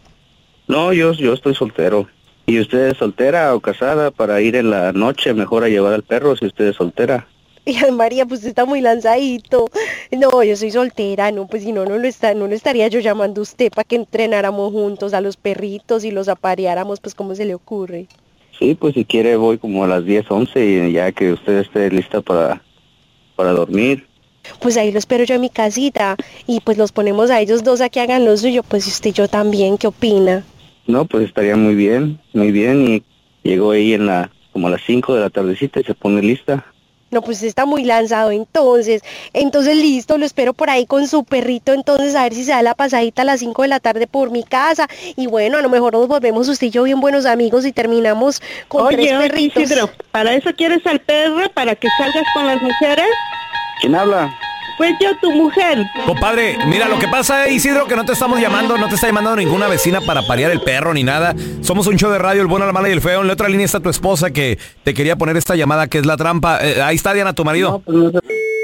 Speaker 15: No, yo, yo estoy soltero. ¿Y usted es soltera o casada para ir en la noche mejor a llevar al perro si usted es soltera?
Speaker 14: Y ay, María, pues usted está muy lanzadito. No, yo soy soltera, no, pues si no, no lo está, no lo estaría yo llamando a usted para que entrenáramos juntos a los perritos y los apareáramos, pues como se le ocurre.
Speaker 15: Sí, pues si quiere voy como a las 10, 11 y ya que usted esté lista para, para dormir.
Speaker 14: Pues ahí lo espero yo en mi casita y pues los ponemos a ellos dos a que hagan lo suyo, pues y usted y yo también, ¿qué opina?
Speaker 15: No, pues estaría muy bien, muy bien. Y llegó ahí en la, como a las 5 de la tardecita y se pone lista.
Speaker 14: No, pues está muy lanzado entonces. Entonces listo, lo espero por ahí con su perrito, entonces a ver si se da la pasadita a las 5 de la tarde por mi casa. Y bueno, a lo mejor nos volvemos usted y yo bien buenos amigos y terminamos con
Speaker 13: Oye,
Speaker 14: tres
Speaker 13: oye,
Speaker 14: perritos.
Speaker 13: Isidro, ¿para eso quieres al perro? ¿Para que salgas con las mujeres?
Speaker 15: ¿Quién habla?
Speaker 13: Pues yo, tu mujer.
Speaker 1: Compadre, mira, lo que pasa, eh, Isidro, que no te estamos llamando, no te está llamando ninguna vecina para parear el perro ni nada. Somos un show de radio, el bueno, la mala y el feo. En la otra línea está tu esposa que te quería poner esta llamada que es la trampa. Eh, ahí está Diana, tu marido.
Speaker 13: pues,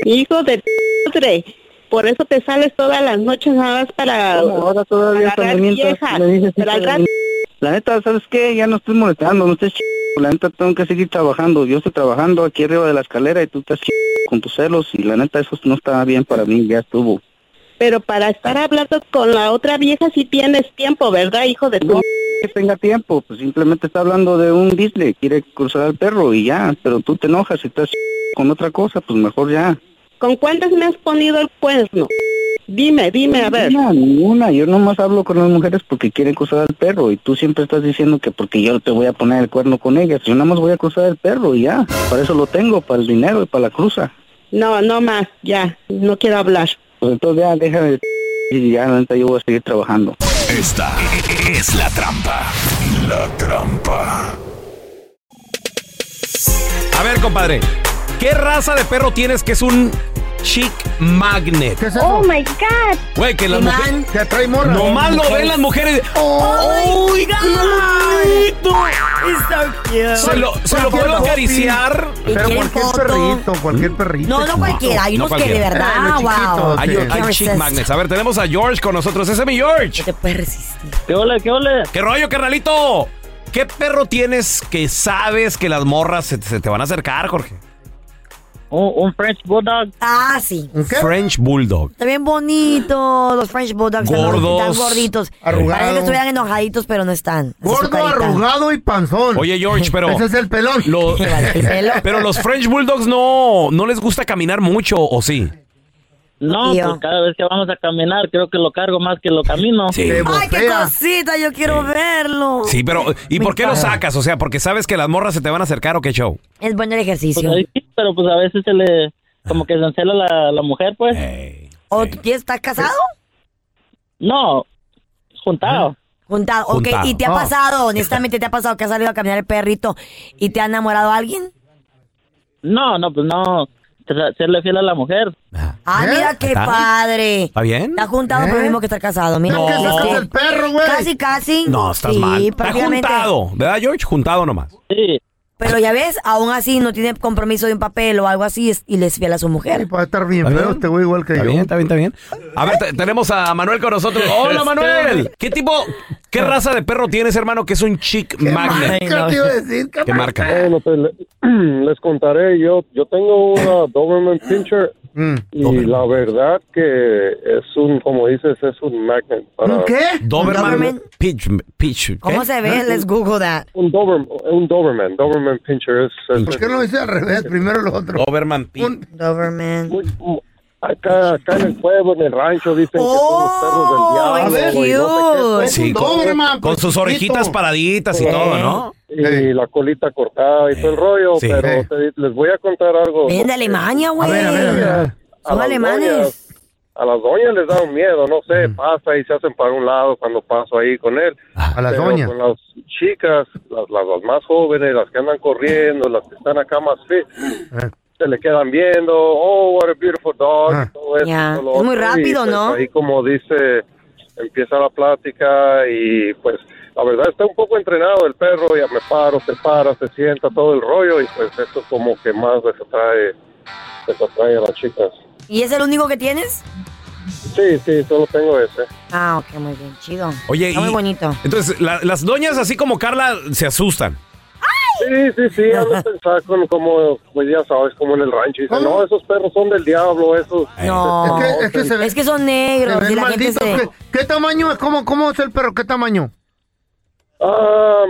Speaker 13: Hijo de madre. Por eso te sales todas las noches nada más para
Speaker 15: Ahora todavía hasta
Speaker 13: agarrar
Speaker 15: me mientas,
Speaker 13: viejas.
Speaker 15: me dices,
Speaker 13: Pero al
Speaker 15: "Hijo de
Speaker 13: rato-
Speaker 15: mi-". La neta, ¿sabes qué? Ya no estoy molestando, no estés ch... La neta, tengo que seguir trabajando. Yo estoy trabajando aquí arriba de la escalera y tú estás ch... con tus celos y la neta, eso no está bien para mí, ya estuvo.
Speaker 13: pero para estar hablando con la otra vieja si tienes tiempo, ¿verdad, hijo de tu?
Speaker 15: No, que tenga tiempo, pues simplemente está hablando de un business, quiere cruzar al perro y ya, pero tú te enojas y estás ch... con otra cosa, pues mejor ya.
Speaker 13: ¿Con cuántas me has ponido el cuerno? Dime, dime, a ver.
Speaker 15: Ninguna, ninguna. Yo nomás hablo con las mujeres porque quieren cruzar al perro y tú siempre estás diciendo que porque yo te voy a poner el cuerno con ellas. Yo nada más voy a cruzar el perro y ya. Para eso lo tengo, para el dinero y para la cruza.
Speaker 13: No, no más, ya, no quiero hablar.
Speaker 15: Pues entonces ya deja de... Y ya, la neta, yo voy a seguir trabajando.
Speaker 2: Esta es la trampa. La trampa.
Speaker 1: A ver, compadre, ¿qué raza de perro tienes que es un chic magnet?
Speaker 14: Oh my god.
Speaker 1: Güey, que las mujeres...
Speaker 3: Te atrae morra.
Speaker 1: Nomás lo ven las mujeres... Oh
Speaker 5: Oh, my God. It's so cute.
Speaker 1: Se lo, se lo puedo acariciar.
Speaker 3: Pero
Speaker 5: ¿Y qué
Speaker 3: cualquier
Speaker 5: foto?
Speaker 3: perrito, cualquier perrito.
Speaker 5: No, no cualquiera. Hay
Speaker 1: No
Speaker 5: unos que de
Speaker 1: cualquiera.
Speaker 3: Eh, los
Speaker 5: verdad, wow.
Speaker 3: chiquitos.
Speaker 1: Hay,
Speaker 3: Ok.
Speaker 1: hay chic magnets. A ver, tenemos a George con nosotros. Ese es mi George.
Speaker 5: No te puedes resistir.
Speaker 16: ¿Qué ole, qué ole?
Speaker 1: ¿Qué rollo, carnalito? ¿Qué perro tienes que sabes que las morras se, se te van a acercar, Jorge?
Speaker 16: Un, un French Bulldog.
Speaker 5: Ah, sí.
Speaker 1: French Bulldog.
Speaker 5: También bonito, los French Bulldogs. están-
Speaker 1: Gordos.
Speaker 5: Están gorditos.
Speaker 3: Arrugados.
Speaker 5: Parece que estuvieran enojaditos, pero no están. Así su
Speaker 3: Gordo,
Speaker 5: carita.
Speaker 3: arrugado y panzón.
Speaker 1: Oye, George, pero.
Speaker 3: Ese es el pelón.
Speaker 1: lo- pero los French Bulldogs no, no les gusta caminar mucho, ¿o sí?
Speaker 16: No,
Speaker 5: Tío.
Speaker 16: pues cada vez que vamos a caminar, creo que lo cargo más que lo camino.
Speaker 1: Sí.
Speaker 5: Ay, qué
Speaker 3: Fea.
Speaker 5: cosita, yo quiero verlo.
Speaker 1: Sí, pero ¿y
Speaker 5: Me
Speaker 1: por qué lo
Speaker 5: encanta.
Speaker 1: sacas? O sea, porque sabes que las morras se te van a acercar o qué show.
Speaker 5: Es bueno el ejercicio.
Speaker 16: Pues ahí sí, pero pues a veces se le como que se encela la, la mujer, pues.
Speaker 5: ¿O tú ya estás casado?
Speaker 16: No, juntado.
Speaker 5: Juntado, ok.
Speaker 16: Juntado.
Speaker 5: ¿Y te ha
Speaker 16: Ah.
Speaker 5: pasado, honestamente, te ha pasado que has salido a caminar el perrito y te ha enamorado alguien?
Speaker 16: No, no, pues no. Ser- Serle fiel a la mujer.
Speaker 1: ¿Eh?
Speaker 5: Ah, mira qué
Speaker 16: ¿Está?
Speaker 5: padre.
Speaker 16: ¿Está bien?
Speaker 5: Está juntado por lo mismo que estar casado. Mira,
Speaker 1: No.
Speaker 5: casi,
Speaker 1: Sacas
Speaker 5: el perro, güey. Casi, casi.
Speaker 1: No, estás
Speaker 5: Sí,
Speaker 1: mal. Está
Speaker 5: prácticamente.
Speaker 1: juntado, ¿verdad, George? Juntado nomás.
Speaker 16: Sí.
Speaker 5: Pero ya ves, aún así no tiene compromiso de un papel o algo así es- y les fiel a su mujer.
Speaker 3: Va a estar bien feo este güey igual que
Speaker 1: Está
Speaker 3: yo.
Speaker 1: bien, está bien, está bien. A ver, te- tenemos a Manuel con nosotros. Hola,
Speaker 3: Este-
Speaker 1: Manuel. ¿Qué tipo, qué raza de perro tienes, hermano? Que es un chick magnet. ¿Qué marca?
Speaker 17: Bueno, pues, le- les contaré. Yo, yo tengo una Doberman Pinscher
Speaker 1: Mm.
Speaker 17: y la verdad que es un, como dices, es un magnet. Para
Speaker 1: Doberman. Pitch, pitch. ¿qué?
Speaker 5: ¿Cómo se
Speaker 1: ¿Eh?
Speaker 5: ve? Let's Google that.
Speaker 17: Un Doberman, un Doberman, Doberman Pinscher es, es-
Speaker 3: ¿Por qué no lo hice al revés? Primero lo otro.
Speaker 1: Doberman
Speaker 5: Doberman.
Speaker 17: acá, acá en el pueblo, en el rancho dicen
Speaker 5: Oh,
Speaker 17: que son los perros del diablo. y no sé qué.
Speaker 1: Sí, con, con sus orejitas paraditas y
Speaker 17: Sí.
Speaker 1: todo, ¿no?
Speaker 17: Y la colita cortada y todo el rollo,
Speaker 1: Sí.
Speaker 17: pero te- les voy a contar algo.
Speaker 5: Ven de Alemania, güey.
Speaker 17: A
Speaker 5: Son
Speaker 17: las
Speaker 5: alemanes.
Speaker 17: doñas- a las doñas les da un miedo, no sé,
Speaker 3: Mm.
Speaker 17: pasa y se hacen para un lado cuando paso ahí con él.
Speaker 3: Ah, A las
Speaker 17: Pero
Speaker 3: doñas.
Speaker 17: Con las chicas, las, las, las más jóvenes, las que andan corriendo, las que están acá más fit,
Speaker 3: Ah.
Speaker 17: se le quedan viendo, oh, what a beautiful dog. y todo eso,
Speaker 5: Ya.
Speaker 17: todo lo
Speaker 5: Es muy
Speaker 17: otro,
Speaker 5: rápido,
Speaker 17: y, pues,
Speaker 5: ¿no?
Speaker 17: Ahí como dice, empieza la plática y pues la verdad está un poco entrenado el perro, ya me paro, se para, se sienta, todo el rollo y pues esto como que más les atrae, les atrae a las chicas.
Speaker 5: ¿Y es el único que tienes?
Speaker 17: Sí, sí, solo tengo ese.
Speaker 5: Ah, ok, muy bien, chido.
Speaker 1: Oye,
Speaker 5: Está muy
Speaker 1: y-
Speaker 5: bonito.
Speaker 1: Entonces, la- las doñas, así como Carla, se asustan.
Speaker 17: Sí, sí, sí, han de pensar con como, pues ya sabes, como en el rancho. Dicen, no, esos perros son del diablo, esos.
Speaker 5: No,
Speaker 3: Es que- es que este se ve-
Speaker 5: son negros.
Speaker 3: Se
Speaker 5: y
Speaker 3: ven
Speaker 5: la gente
Speaker 3: malditos.
Speaker 5: se...
Speaker 3: ¿Qué, qué tamaño es? ¿Cómo, ¿Cómo es el perro? ¿Qué tamaño?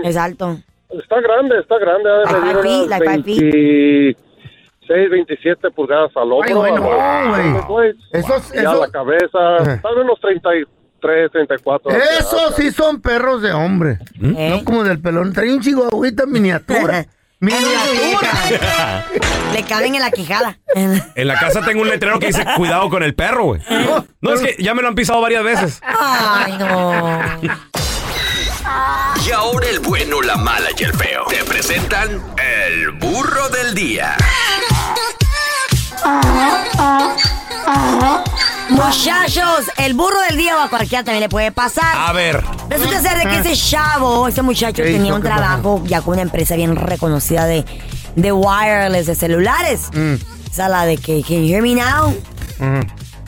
Speaker 5: es alto.
Speaker 17: Está grande, está grande. Ha de
Speaker 3: Ah,
Speaker 5: Like
Speaker 17: medir
Speaker 5: five feet,
Speaker 17: unas
Speaker 5: like five feet.
Speaker 17: 26, 27 pulgadas al hombro.
Speaker 3: Ay, bueno,
Speaker 17: a la-
Speaker 3: güey.
Speaker 17: pues, pues,
Speaker 3: Esos-
Speaker 17: y a
Speaker 3: esos-
Speaker 17: la
Speaker 3: Eh.
Speaker 17: cabeza, tal vez unos 33, 34.
Speaker 3: Esos sí son perros de hombre.
Speaker 1: ¿Mm?
Speaker 5: ¿Eh?
Speaker 3: No como del pelón. Trae un chihuahuita miniatura. miniatura.
Speaker 5: Le caben en la quijada.
Speaker 1: En la casa tengo un letrero que dice, cuidado con el perro, güey. No, es que ya me lo han pisado varias veces.
Speaker 5: Ay, no.
Speaker 2: Y ahora el bueno, la mala y el feo. Te presentan el burro del día.
Speaker 5: Muchachos, el burro del día o a cualquiera también le puede pasar.
Speaker 1: A ver.
Speaker 5: Resulta ser
Speaker 1: Ah.
Speaker 5: de que ese chavo, ese muchacho
Speaker 1: ¿Qué
Speaker 5: tenía
Speaker 1: hizo?
Speaker 5: un
Speaker 1: ¿Qué pasó?
Speaker 5: trabajo ya con una empresa bien reconocida de, de wireless, de celulares.
Speaker 1: Mm.
Speaker 5: O sea, la de que can you hear me now?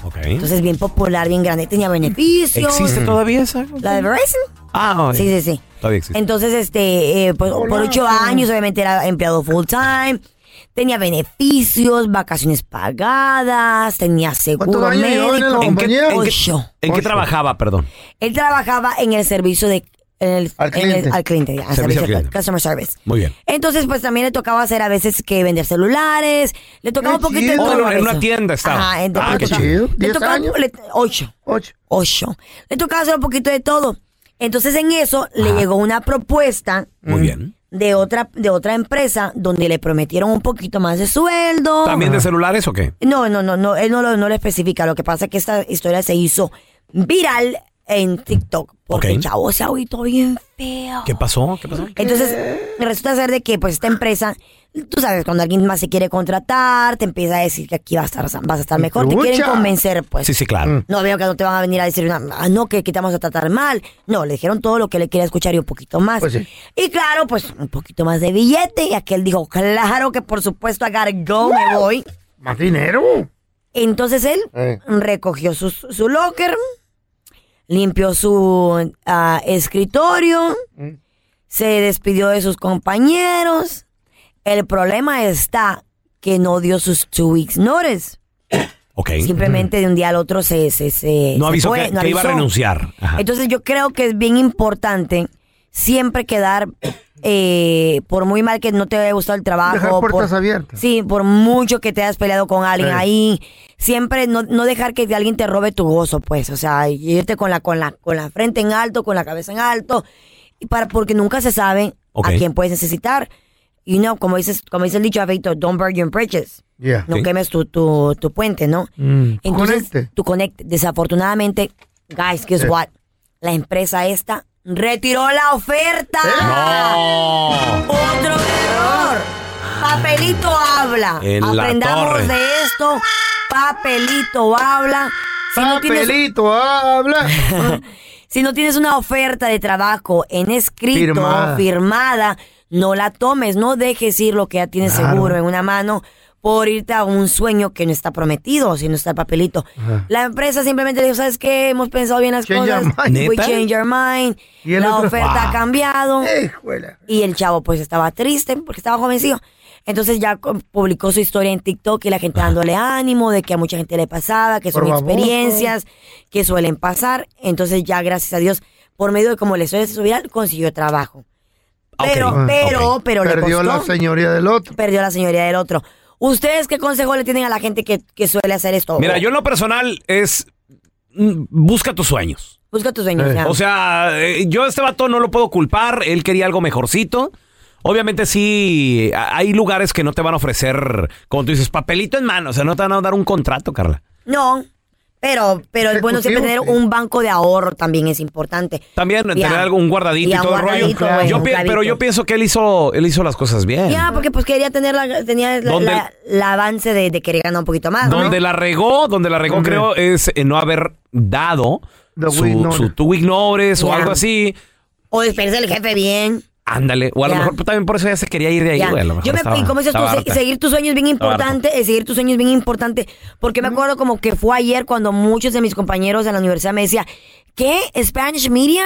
Speaker 1: Ok.
Speaker 5: Entonces bien popular, bien grande, tenía beneficios.
Speaker 1: Mm-hmm. ¿Existe todavía esa?
Speaker 5: La de Verizon.
Speaker 1: Ah,
Speaker 5: Sí, sí, sí.
Speaker 1: Todavía existe.
Speaker 5: Entonces, este, eh, pues, por ocho años, obviamente era empleado full time, tenía beneficios, vacaciones pagadas, tenía seguro
Speaker 1: años
Speaker 5: médico.
Speaker 1: llevaba en la compañía? ¿En qué-
Speaker 5: Ocho.
Speaker 1: ¿En qué trabajaba, perdón?
Speaker 5: Él trabajaba en el servicio de en el- en el- al
Speaker 1: cliente.
Speaker 5: cliente, ya,
Speaker 1: Servicio
Speaker 5: al
Speaker 1: al
Speaker 5: servicio al
Speaker 1: cliente.
Speaker 5: customer service.
Speaker 1: Muy bien.
Speaker 5: Entonces, pues también le tocaba hacer a veces que vender celulares, le tocaba un poquito de
Speaker 1: Oh,
Speaker 5: todo.
Speaker 1: en
Speaker 5: a
Speaker 1: una- en una
Speaker 5: veces.
Speaker 1: tienda estaba.
Speaker 5: Ajá, entonces
Speaker 1: ah,
Speaker 5: le
Speaker 1: qué
Speaker 5: tocaba-
Speaker 1: chido.
Speaker 5: le tocaba- le- ocho.
Speaker 3: Ocho.
Speaker 5: Le tocaba hacer un poquito de todo. Entonces, en eso le llegó una propuesta
Speaker 1: Muy bien.
Speaker 5: de otra de otra empresa donde le prometieron un poquito más de sueldo.
Speaker 1: ¿También de celulares o qué?
Speaker 5: No, no, no, no, él no lo, no lo especifica. Lo que pasa es que esta historia se hizo viral en TikTok. Porque el
Speaker 1: Ok.
Speaker 5: chavo se agüitó bien feo.
Speaker 1: ¿Qué pasó? ¿Qué pasó?
Speaker 5: Entonces, resulta ser de que pues esta empresa, tú sabes, cuando alguien más se quiere contratar, te empieza a decir que aquí vas a estar, vas a estar mejor, te quieren
Speaker 1: Lucha.
Speaker 5: convencer, pues.
Speaker 1: Sí, sí,
Speaker 3: mm,
Speaker 1: claro.
Speaker 5: No veo que no te van a venir a decir, una- ah, no, que, que te vamos a tratar mal. No, le dijeron todo lo que le quería escuchar y un poquito más.
Speaker 3: Pues
Speaker 5: Y claro, pues un poquito más de billete. Y aquel dijo, claro que por supuesto, a go, me voy.
Speaker 3: Más dinero.
Speaker 5: Entonces él
Speaker 3: Eh.
Speaker 5: recogió su, su locker, limpió su ah, escritorio,
Speaker 3: Mm.
Speaker 5: se despidió de sus compañeros. El problema está que no dio sus two weeks notice.
Speaker 1: Ok.
Speaker 5: Simplemente de un día al otro se, se, se-
Speaker 1: Eh, No
Speaker 5: se
Speaker 1: avisó
Speaker 5: fue,
Speaker 1: que,
Speaker 5: no
Speaker 1: que iba a
Speaker 5: avisó.
Speaker 1: renunciar. Ajá.
Speaker 5: Entonces yo creo que es bien importante siempre quedar, eh, por muy mal que no te haya gustado el trabajo.
Speaker 3: Dejar puertas
Speaker 5: por-
Speaker 3: abiertas.
Speaker 5: Sí, por mucho que te hayas peleado con alguien
Speaker 3: Eh.
Speaker 5: ahí. Siempre no, no dejar que alguien te robe tu gozo, pues. O sea, irte con la, con la, con la frente en alto, con la cabeza en alto. Y para, porque nunca se sabe
Speaker 1: Ok.
Speaker 5: a quién puedes necesitar. you know, como dices, como dice el dicho, Afeito, don't burn your bridges.
Speaker 3: Yeah.
Speaker 5: No
Speaker 3: Sí.
Speaker 5: quemes tu, tu, tu puente, ¿no?
Speaker 6: Mm.
Speaker 5: Entonces, tu conecte. Desafortunadamente, guys, guess
Speaker 1: Eh.
Speaker 5: what? La empresa esta retiró la oferta. Otro error. Papelito habla.
Speaker 1: En la
Speaker 5: Aprendamos
Speaker 1: torre.
Speaker 5: de esto. Papelito habla. Si no tienes-
Speaker 3: Papelito, habla.
Speaker 5: si no tienes una oferta de trabajo en escrito,
Speaker 3: Firmada.
Speaker 5: firmada, no la tomes, no dejes ir lo que ya tienes
Speaker 3: Claro.
Speaker 5: seguro en una mano por irte a un sueño que no está prometido, si no está el papelito.
Speaker 3: Ajá.
Speaker 5: La empresa simplemente dijo, ¿sabes qué? Hemos pensado bien las
Speaker 3: Change
Speaker 5: cosas.
Speaker 3: our mind.
Speaker 5: We
Speaker 3: ¿Neta?
Speaker 5: change our mind.
Speaker 3: ¿Y el
Speaker 5: la
Speaker 3: otro?
Speaker 5: oferta
Speaker 3: Ah.
Speaker 5: ha cambiado.
Speaker 3: Híjole.
Speaker 5: Y el chavo pues estaba triste porque estaba jovencillo. Entonces ya co- publicó su historia en TikTok y la gente dándole ánimo de que a mucha gente le pasaba, que
Speaker 18: Por
Speaker 5: son
Speaker 18: baboso.
Speaker 5: experiencias que suelen pasar. Entonces ya gracias a Dios, por medio de como la historia se hizo viral, consiguió trabajo. Pero,
Speaker 3: Ah,
Speaker 5: pero,
Speaker 3: ok.
Speaker 5: pero le
Speaker 3: Perdió la
Speaker 5: costó.
Speaker 3: señoría del otro.
Speaker 5: Perdió la señoría del otro. ¿Ustedes qué consejo le tienen a la gente que, que suele hacer esto?
Speaker 1: Mira, yo en lo personal es. mm, Busca tus sueños.
Speaker 5: Busca tus sueños. ya.
Speaker 1: Eh, O sea, eh, yo a este vato no lo puedo culpar. Él quería algo mejorcito. Obviamente sí, a- hay lugares que no te van a ofrecer, como tú dices, papelito en mano. O sea, no te van a dar un contrato, Carla.
Speaker 5: No, pero, pero es bueno siempre tener
Speaker 1: Ejecutivo,
Speaker 5: un banco de ahorro también es importante.
Speaker 1: También
Speaker 5: Ya.
Speaker 1: tener algo, un guardadito y,
Speaker 5: Ya, un
Speaker 1: todo el rollo.
Speaker 5: guardadito, güey,
Speaker 1: Yo
Speaker 5: un
Speaker 1: pi- pero
Speaker 5: clavito.
Speaker 1: yo pienso que él hizo, él hizo las cosas bien.
Speaker 5: Ya, porque pues quería tener la, tenía la,
Speaker 1: ¿Dónde?
Speaker 5: la- la avance de, de querer ganar un poquito más. Ah, ¿no?
Speaker 1: Donde la regó, donde la regó, creo, es en no haber dado
Speaker 5: we
Speaker 1: su,
Speaker 5: ignore.
Speaker 1: su tú ignores o
Speaker 5: Ya.
Speaker 1: algo así.
Speaker 5: O despedirse del jefe bien.
Speaker 1: Ándale. O a lo
Speaker 5: Ya.
Speaker 1: mejor también por eso ya se quería ir de ahí,
Speaker 5: Ya.
Speaker 1: güey. a lo mejor
Speaker 5: Yo me,
Speaker 1: estaba-
Speaker 5: y como dices tú,
Speaker 1: estaba
Speaker 5: se-
Speaker 1: harta.
Speaker 5: seguir tus sueños es bien
Speaker 1: Estaba harta.
Speaker 5: importante, eh, seguir tus sueños es bien importante, porque me acuerdo como que fue ayer cuando muchos de mis compañeros de la universidad me decían, ¿qué? ¿Spanish Media?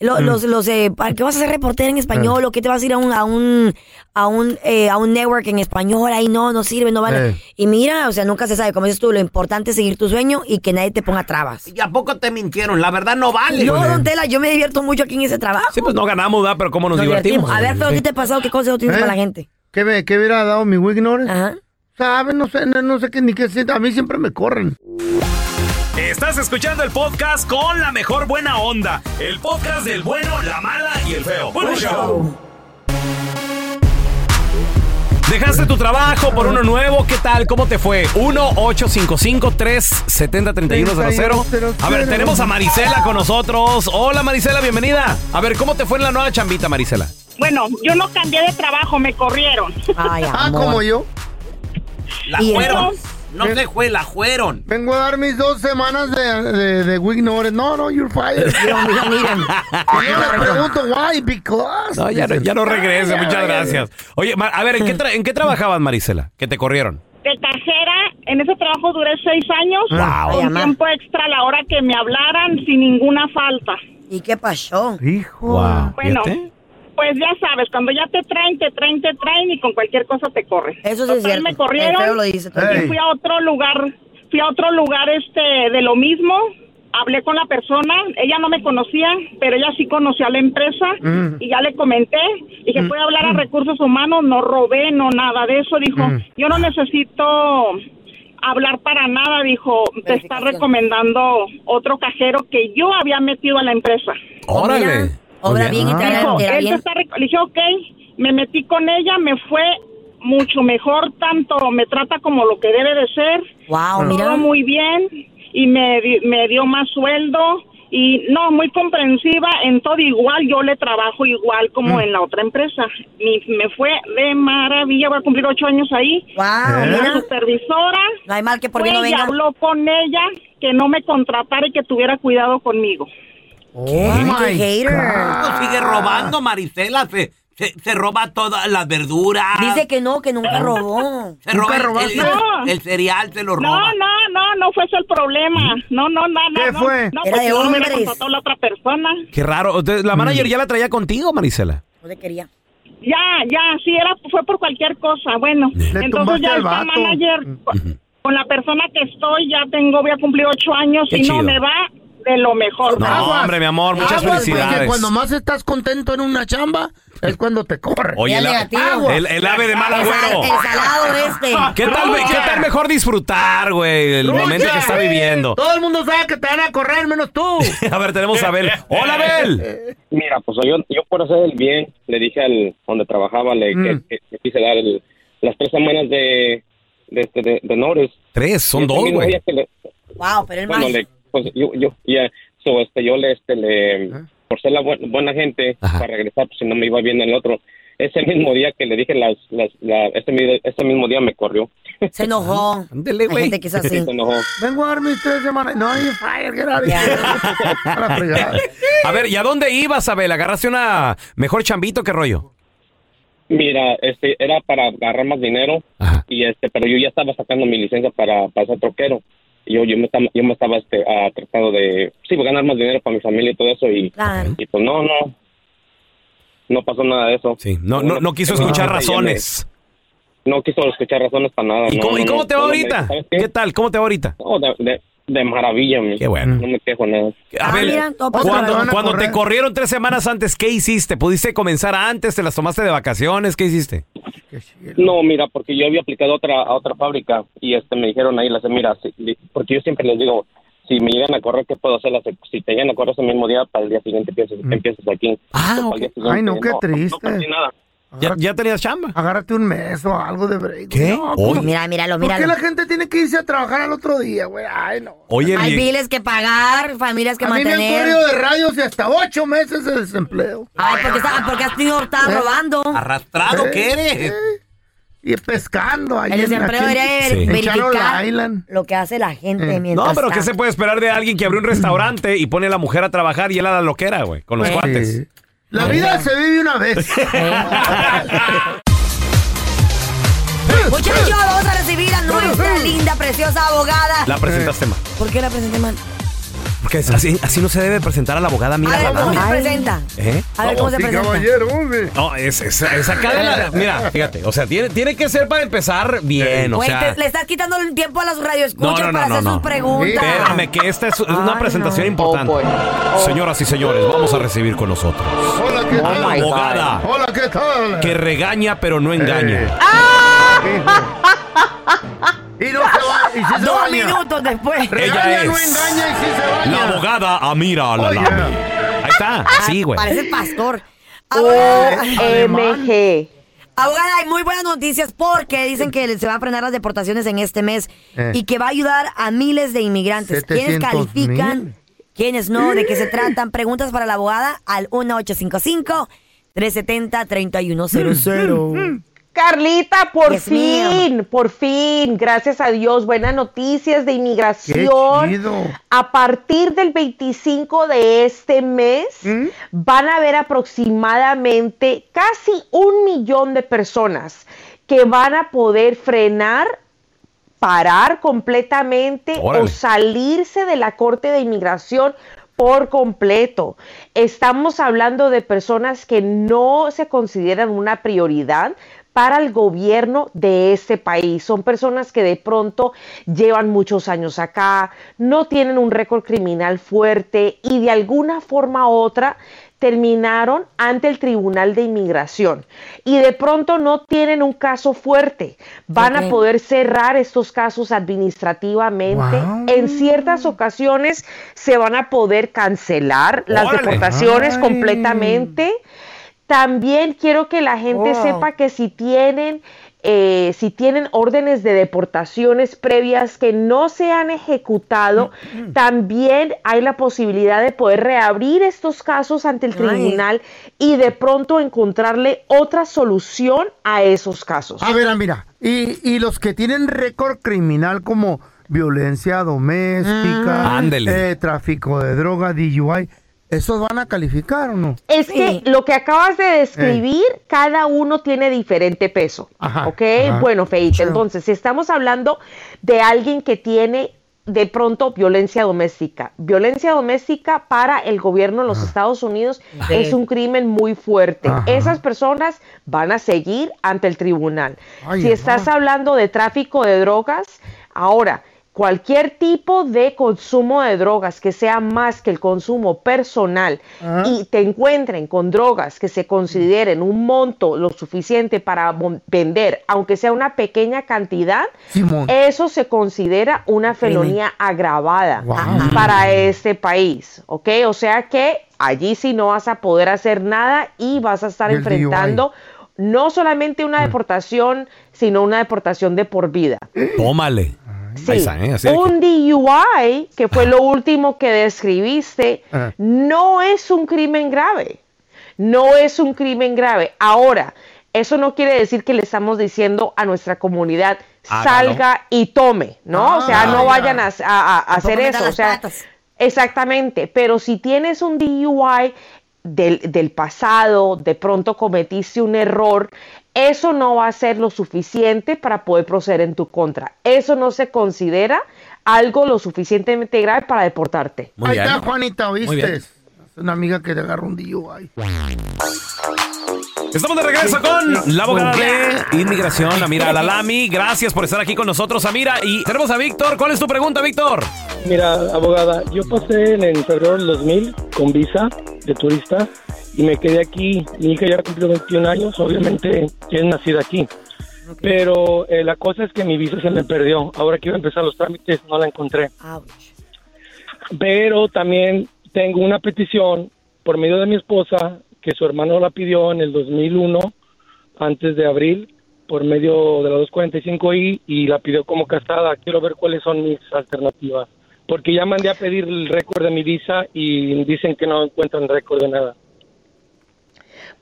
Speaker 5: Lo-
Speaker 18: Mm.
Speaker 5: Los, los, eh, ¿para ¿Qué vas a ser reportero en español?
Speaker 1: Mm.
Speaker 5: ¿O qué te vas a ir a un, a un, a un, eh, a un network en español? Ahí no, no sirve, no vale.
Speaker 6: Eh.
Speaker 5: Y mira, o sea, nunca se sabe, como dices tú, lo importante es seguir tu sueño y que nadie te ponga trabas.
Speaker 6: ¿Y a poco te mintieron? La verdad no vale.
Speaker 5: No, don Tela, yo me divierto mucho aquí en ese trabajo.
Speaker 1: Sí, pues no ganamos, ¿verdad? Pero cómo nos,
Speaker 5: Nos
Speaker 1: divertimos.
Speaker 5: divertimos. A ver, pero ¿qué te ha pasado? ¿Qué consejo tienes
Speaker 3: ¿Eh?
Speaker 5: para la gente?
Speaker 3: ¿Qué, me, ¿Qué hubiera dado mi Wignores?
Speaker 5: Ajá.
Speaker 3: ¿Sabes? No sé, no, no sé qué ni qué siento. A mí siempre me corren.
Speaker 1: Estás escuchando el podcast con la mejor buena onda. El podcast del bueno, la mala y el feo. Bueno, show. Dejaste tu trabajo por uno nuevo, ¿qué tal? ¿Cómo te fue? 1-855-370-3100. A ver, tenemos a Marisela con nosotros. Hola Marisela, bienvenida. A ver, ¿cómo te fue en la nueva chambita, Marisela?
Speaker 19: Bueno, yo no cambié de trabajo, me corrieron.
Speaker 3: Ah, como yo.
Speaker 6: La
Speaker 3: ¿Y
Speaker 6: fueron.
Speaker 3: eso?
Speaker 6: No se fue, la fueron.
Speaker 3: Vengo a dar mis dos semanas de, de, de Wignores. No, no, you're fired.
Speaker 6: You don't- you don't need him.
Speaker 3: Y yo le pregunto, why? Because.
Speaker 1: No, ya no, ya no regrese, muchas gracias. Oye, Ma- a ver, ¿en qué, tra- en qué trabajabas, Marisela? Que te corrieron.
Speaker 19: De cajera, en ese trabajo duré seis años.
Speaker 1: Wow. Ay,
Speaker 19: Con
Speaker 1: mamá.
Speaker 19: tiempo extra a la hora que me hablaran sin ninguna falta.
Speaker 5: ¿Y qué pasó?
Speaker 3: Hijo.
Speaker 1: Wow.
Speaker 19: Bueno,
Speaker 1: fíjate.
Speaker 19: pues ya sabes, cuando ya te traen, te traen, te traen y con cualquier cosa te corren.
Speaker 5: Eso sí es cierto.
Speaker 19: me corrieron.
Speaker 5: El feo lo dice
Speaker 19: y
Speaker 5: también.
Speaker 19: fui a otro lugar, fui a otro lugar este de lo mismo. Hablé con la persona, ella no me conocía, pero ella sí conocía a la empresa
Speaker 20: Mm.
Speaker 19: y ya le comenté. Dije,
Speaker 5: Mm.
Speaker 19: voy a hablar a recursos humanos, no robé, no nada de eso. Dijo,
Speaker 20: Mm.
Speaker 19: yo no necesito hablar para nada. Dijo, te está recomendando otro cajero que yo había metido a la empresa.
Speaker 1: Órale.
Speaker 5: Obra
Speaker 1: bien.
Speaker 5: bien
Speaker 3: Ah,
Speaker 6: Ah,
Speaker 5: y te hará-
Speaker 19: Dijo,
Speaker 5: te hará
Speaker 19: él
Speaker 5: bien.
Speaker 19: te está reco- Le dije, ok, me metí con ella, me fue mucho mejor, tanto me trata como lo que debe de ser.
Speaker 5: Wow,
Speaker 19: Todo
Speaker 5: mira.
Speaker 19: muy bien y me, di- me dio más sueldo y no, muy comprensiva en todo igual, yo le trabajo igual como en la otra empresa. Y me fue de maravilla, voy a cumplir ocho años ahí.
Speaker 5: Wow,
Speaker 19: Y
Speaker 5: mira.
Speaker 19: la supervisora.
Speaker 5: No hay mal que por bien
Speaker 19: fue
Speaker 5: no
Speaker 19: y
Speaker 5: venga.
Speaker 19: habló con ella que no me contratara y que tuviera cuidado conmigo.
Speaker 1: Oh
Speaker 6: my Pues sigue robando, Marisela. Se, se- se roba todas las verduras.
Speaker 5: Dice que no, que nunca robó.
Speaker 6: se roba el, el-
Speaker 19: No.
Speaker 6: el cereal, se lo
Speaker 19: No,
Speaker 6: roba.
Speaker 19: no, no, no fue ese el problema. No, no, no, no.
Speaker 6: ¿Qué
Speaker 19: no.
Speaker 6: fue?
Speaker 19: No,
Speaker 6: Era
Speaker 19: porque
Speaker 6: de
Speaker 19: yo no hubiera
Speaker 6: hombres.
Speaker 19: contratado a la otra persona.
Speaker 1: Qué raro. Entonces, La manager ya la traía contigo, Marisela.
Speaker 5: No te quería.
Speaker 19: Ya, ya, sí, era, fue por cualquier cosa. Bueno, entonces
Speaker 1: tumbaste
Speaker 19: ya
Speaker 1: al
Speaker 19: está
Speaker 1: vato.
Speaker 19: manager con- con la persona que estoy, ya tengo, voy a cumplir ocho años
Speaker 1: Qué
Speaker 19: y no
Speaker 1: chido.
Speaker 19: me va de lo mejor.
Speaker 1: No, hombre, mi amor, muchas
Speaker 3: Aguas, porque
Speaker 1: felicidades.
Speaker 3: cuando más estás contento en una chamba es cuando te corre. Ah,
Speaker 1: Oye, el, ave- el- el ave de mal agüero.
Speaker 5: este.
Speaker 1: ¿Qué tal, me- qué tal mejor disfrutar, güey, el momento que está viviendo?
Speaker 3: Todo el mundo sabe que te van a correr, menos tú.
Speaker 1: A ver, tenemos a Abel. ¡Hola, Abel!
Speaker 18: Mira, pues yo, yo por hacer el bien, le dije al donde trabajaba, le
Speaker 1: Mm.
Speaker 18: que- que- le quise dar el- las tres semanas de, de, este, de, de notice.
Speaker 1: Tres, son
Speaker 18: Y ese
Speaker 1: dos,
Speaker 18: mismo
Speaker 1: güey.
Speaker 18: día que le-
Speaker 5: Wow, pero el
Speaker 18: bueno,
Speaker 5: más.
Speaker 18: le- pues yo, yo, ya, so, este, yo le, este, le, por ser la bu- buena gente, para regresar, pues si no me iba bien el otro. Ese mismo día que le dije las, las, la- ese, mi- ese mismo día me corrió.
Speaker 5: Se enojó. Hay gente que es así.
Speaker 18: Se enojó.
Speaker 3: Vengo a dar mis tres semanas. No, hay fire, get out of here.
Speaker 1: A ver, ¿y a dónde ibas, Abel? ¿Agarraste una mejor chambito? ¿Qué rollo?
Speaker 18: Mira, este, era para agarrar más dinero y este, pero yo ya estaba sacando mi licencia para, para ser troquero. Y Yo, yo me estaba, yo me estaba este, ah, tratando de, sí, pues, ganar más dinero para mi familia y todo eso y,
Speaker 5: Claro.
Speaker 18: y pues no, no, no pasó nada de eso.
Speaker 1: Sí, no, no, no quiso escuchar razones.
Speaker 18: No quiso escuchar razones para nada.
Speaker 1: ¿Y
Speaker 18: no,
Speaker 1: cómo, y
Speaker 18: no,
Speaker 1: cómo
Speaker 18: no,
Speaker 1: te va
Speaker 18: no, me-
Speaker 1: ahorita?
Speaker 18: ¿sabes
Speaker 1: ¿Qué tal? ¿Cómo te va ahorita?
Speaker 18: No, de, de- de maravilla, mi.
Speaker 1: Qué bueno.
Speaker 18: No me quejo nada.
Speaker 1: A ver,
Speaker 5: Ah, mira, todo pasó.
Speaker 1: cuando,
Speaker 5: Te pues, van a
Speaker 1: cuando te
Speaker 5: correr.
Speaker 1: corrieron tres semanas antes, ¿qué hiciste? ¿Pudiste comenzar antes? ¿Te las tomaste de vacaciones? ¿Qué hiciste?
Speaker 18: No, mira, porque yo había aplicado a otra, a otra fábrica y este me dijeron ahí, las, mira, si- li- porque yo siempre les digo, si me llegan a correr, ¿qué puedo hacer? Las- si te llegan a correr ese mismo día, para el día siguiente empiezas, empiezas aquí. Ah,
Speaker 3: Mm. Ay, no, qué triste.
Speaker 1: ¿Ya, tenías chamba?
Speaker 3: Agárrate un mes o algo de break.
Speaker 1: ¿Qué?
Speaker 3: No,
Speaker 1: Hoy.
Speaker 3: ¿cómo?
Speaker 1: Mira, míralo,
Speaker 3: ¿Por qué
Speaker 1: míralo.
Speaker 3: la gente tiene que irse a trabajar al otro día, güey? Ay, no.
Speaker 1: Oye,
Speaker 5: Hay
Speaker 1: mi-
Speaker 5: biles que pagar, familias que
Speaker 3: A mí me
Speaker 5: mantener.
Speaker 3: han corrido de radios y hasta ocho meses de desempleo.
Speaker 5: Ay, porque, está- porque has tenido, estás
Speaker 3: ¿Eh?
Speaker 5: robando.
Speaker 6: Arrastrado, ¿qué eres?
Speaker 3: Y pues, pescando ¿Eh? ahí
Speaker 5: El
Speaker 3: en
Speaker 5: desempleo
Speaker 3: aquel-
Speaker 5: debería de
Speaker 1: Sí.
Speaker 5: verificar
Speaker 3: Channel Island.
Speaker 5: lo que hace la
Speaker 3: Mm.
Speaker 5: gente mientras
Speaker 1: Eh. No,
Speaker 5: Mm.
Speaker 1: pero ¿qué
Speaker 5: está.
Speaker 1: se puede esperar de alguien que abrió un restaurante y pone a la mujer a trabajar y él a la loquera, güey? Con los
Speaker 5: Pues,
Speaker 3: Sí.
Speaker 1: cuates.
Speaker 3: La vida se vive una vez.
Speaker 1: Eh.
Speaker 5: Muchachos,
Speaker 1: Eh.
Speaker 5: vamos a recibir a nuestra linda, preciosa abogada. Eh.
Speaker 1: La presentaste mal.
Speaker 5: ¿Por qué la presenté mal?
Speaker 1: Porque es- así, así no se debe presentar a la abogada
Speaker 5: A
Speaker 1: mía.
Speaker 5: ver,
Speaker 1: la
Speaker 5: ¿cómo se
Speaker 1: dame.
Speaker 5: presenta?
Speaker 1: ¿Eh?
Speaker 5: A ver, ¿cómo se presenta?
Speaker 1: No, es, es- esa cadena. Mira, fíjate, o sea, tiene, tiene que ser para empezar bien, o
Speaker 5: Güey,
Speaker 1: sea.
Speaker 5: te- le estás quitando el tiempo a las radioescuchas para hacer sus preguntas. Oh,
Speaker 1: Espérame, que esta es una presentación importante. Señoras y señores, vamos a recibir con nosotros.
Speaker 3: Hola, ¿qué tal?
Speaker 1: Oh my Abogada. God.
Speaker 3: Hola, ¿qué tal?
Speaker 5: Eh.
Speaker 1: Que regaña, pero no engaña.
Speaker 3: Y no Ah, se va, y sí se
Speaker 5: Dos
Speaker 3: baña.
Speaker 5: minutos después.
Speaker 1: Ella
Speaker 3: Regaña, no
Speaker 1: es
Speaker 3: engaña y sí se baña.
Speaker 1: la abogada Amira Alalami. Ahí está, sí, güey.
Speaker 5: Ah, Parece pastor. eh,
Speaker 20: OMG.
Speaker 5: Abogada, hay muy buenas noticias porque dicen que se van a frenar las deportaciones en este mes
Speaker 20: Eh.
Speaker 5: y que va a ayudar a miles de inmigrantes. ¿Quiénes
Speaker 20: 700,000?
Speaker 5: califican? ¿Quiénes no? ¿De qué se tratan? Preguntas para la abogada al 1855 370
Speaker 3: Mm.
Speaker 5: 3100.
Speaker 20: Carlita, por
Speaker 5: Yes,
Speaker 20: fin, por fin, gracias a Dios, buenas noticias de
Speaker 3: Qué
Speaker 20: inmigración.
Speaker 3: chido.
Speaker 20: A partir del 25 de este mes van a haber aproximadamente casi un millón de personas que van a poder frenar parar completamente o
Speaker 8: Órale.
Speaker 20: salirse de la Corte de Inmigración por completo. Estamos hablando de personas que no se consideran una prioridad para el gobierno de ese país. Son personas que de pronto llevan muchos años acá, no tienen un récord criminal fuerte y de alguna forma u otra terminaron ante el Tribunal de Inmigración y de pronto no tienen un caso fuerte. Van
Speaker 8: Ok.
Speaker 20: a poder cerrar estos casos administrativamente.
Speaker 8: Wow.
Speaker 20: En
Speaker 8: Mm.
Speaker 20: ciertas ocasiones se van a poder cancelar las
Speaker 8: Órale.
Speaker 20: deportaciones
Speaker 8: Ay.
Speaker 20: completamente. También quiero que la gente
Speaker 8: Wow.
Speaker 20: sepa que si tienen eh, si tienen órdenes de deportaciones previas que no se han ejecutado, también hay la posibilidad de poder reabrir estos casos ante el
Speaker 8: Ay.
Speaker 20: tribunal y de pronto encontrarle otra solución a esos casos.
Speaker 3: A ver, ah, mira, y, y los que tienen récord criminal como violencia
Speaker 20: Ah.
Speaker 1: Ah,
Speaker 3: doméstica,
Speaker 20: Ándele.
Speaker 3: eh, tráfico de droga, DUI, ¿esos van a calificar o no?
Speaker 20: Es que lo que acabas de describir, cada uno tiene diferente peso. ¿Ok?
Speaker 3: ajá.
Speaker 20: Bueno, Feita, entonces, si estamos hablando de alguien que tiene de pronto violencia doméstica, violencia doméstica para el gobierno de los Estados Unidos
Speaker 8: Ajá.
Speaker 20: es un crimen muy fuerte.
Speaker 8: Ajá.
Speaker 20: Esas personas van a seguir ante el tribunal.
Speaker 8: Ay,
Speaker 20: si estás hablando de tráfico de drogas, ahora. cualquier tipo de consumo de drogas que sea más que el consumo personal
Speaker 8: Ah.
Speaker 20: y te encuentren con drogas que se consideren un monto lo suficiente para mon- vender, aunque sea una pequeña cantidad,
Speaker 3: Simón.
Speaker 20: eso se considera una felonía agravada
Speaker 1: Ah.
Speaker 20: para este país, ¿ok? O sea que allí sí no vas a poder hacer nada y vas a estar
Speaker 3: Y el
Speaker 20: enfrentando no solamente
Speaker 1: Mm.
Speaker 20: una deportación, sino una deportación de por vida.
Speaker 1: Tómale.
Speaker 20: Sí,
Speaker 1: Eh, Ahí está, ¿eh? Así de que- Ah.
Speaker 20: un DUI, que fue lo último que describiste,
Speaker 1: Ajá.
Speaker 20: no es un crimen grave. No es un crimen grave. Ahora, eso no quiere decir que le estamos diciendo a nuestra comunidad,
Speaker 1: Ah,
Speaker 8: Hágalo.
Speaker 20: salga y tome, Ah, ¿no? o sea,
Speaker 8: Ah,
Speaker 20: no
Speaker 8: ya.
Speaker 20: vayan a, a- a- a hacer
Speaker 8: metan
Speaker 20: eso. O
Speaker 8: las
Speaker 20: sea, exactamente. Pero si tienes un DUI del, del pasado, de pronto cometiste un error, eso no va a ser lo suficiente para poder proceder en tu contra. Eso no se considera algo lo suficientemente grave para deportarte.
Speaker 3: Ahí está Juanita,
Speaker 20: Muy
Speaker 3: ¿viste?
Speaker 20: bien.
Speaker 3: Es una amiga que le agarró un DUI.
Speaker 1: Estamos de regreso con la abogada de inmigración, Amira Lalami. Gracias por estar aquí con nosotros, Amira. Y tenemos a Víctor. ¿Cuál es tu pregunta, Víctor?
Speaker 16: Mira, abogada, yo pasé en, en febrero del 2000 con visa de turista y me quedé aquí. Mi hija ya cumplió 21 años, obviamente es nacida aquí. Pero eh, la cosa es que mi visa se me perdió. Ahora que iba a empezar los trámites, no la encontré. Pero también tengo una petición por medio de mi esposa, que su hermano la pidió en el 2001, antes de abril, por medio de la 245I, y la pidió como casada. Quiero ver cuáles son mis alternativas. Porque ya mandé a pedir el récord de mi visa y dicen que no encuentran récord de nada.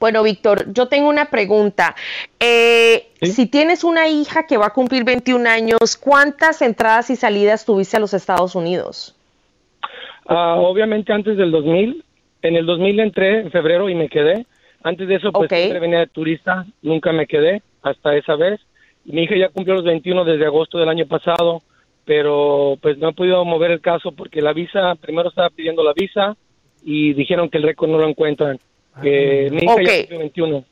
Speaker 20: Bueno, Víctor, yo tengo una pregunta. Eh, Si tienes una hija que va a cumplir 21 años, ¿cuántas entradas y salidas tuviste a los Estados Unidos?
Speaker 16: Ah, obviamente antes del 2000, en el 2000 entré en febrero y me quedé. Antes de eso, pues siempre venía de turista, nunca me quedé hasta esa vez. Mi hija ya cumplió los 21 desde agosto del año pasado, pero pues no he podido mover el caso porque la visa, primero estaba pidiendo la visa y dijeron que el récord no lo encuentran. Que mi hija
Speaker 20: Ok.
Speaker 16: ya cumplió 21.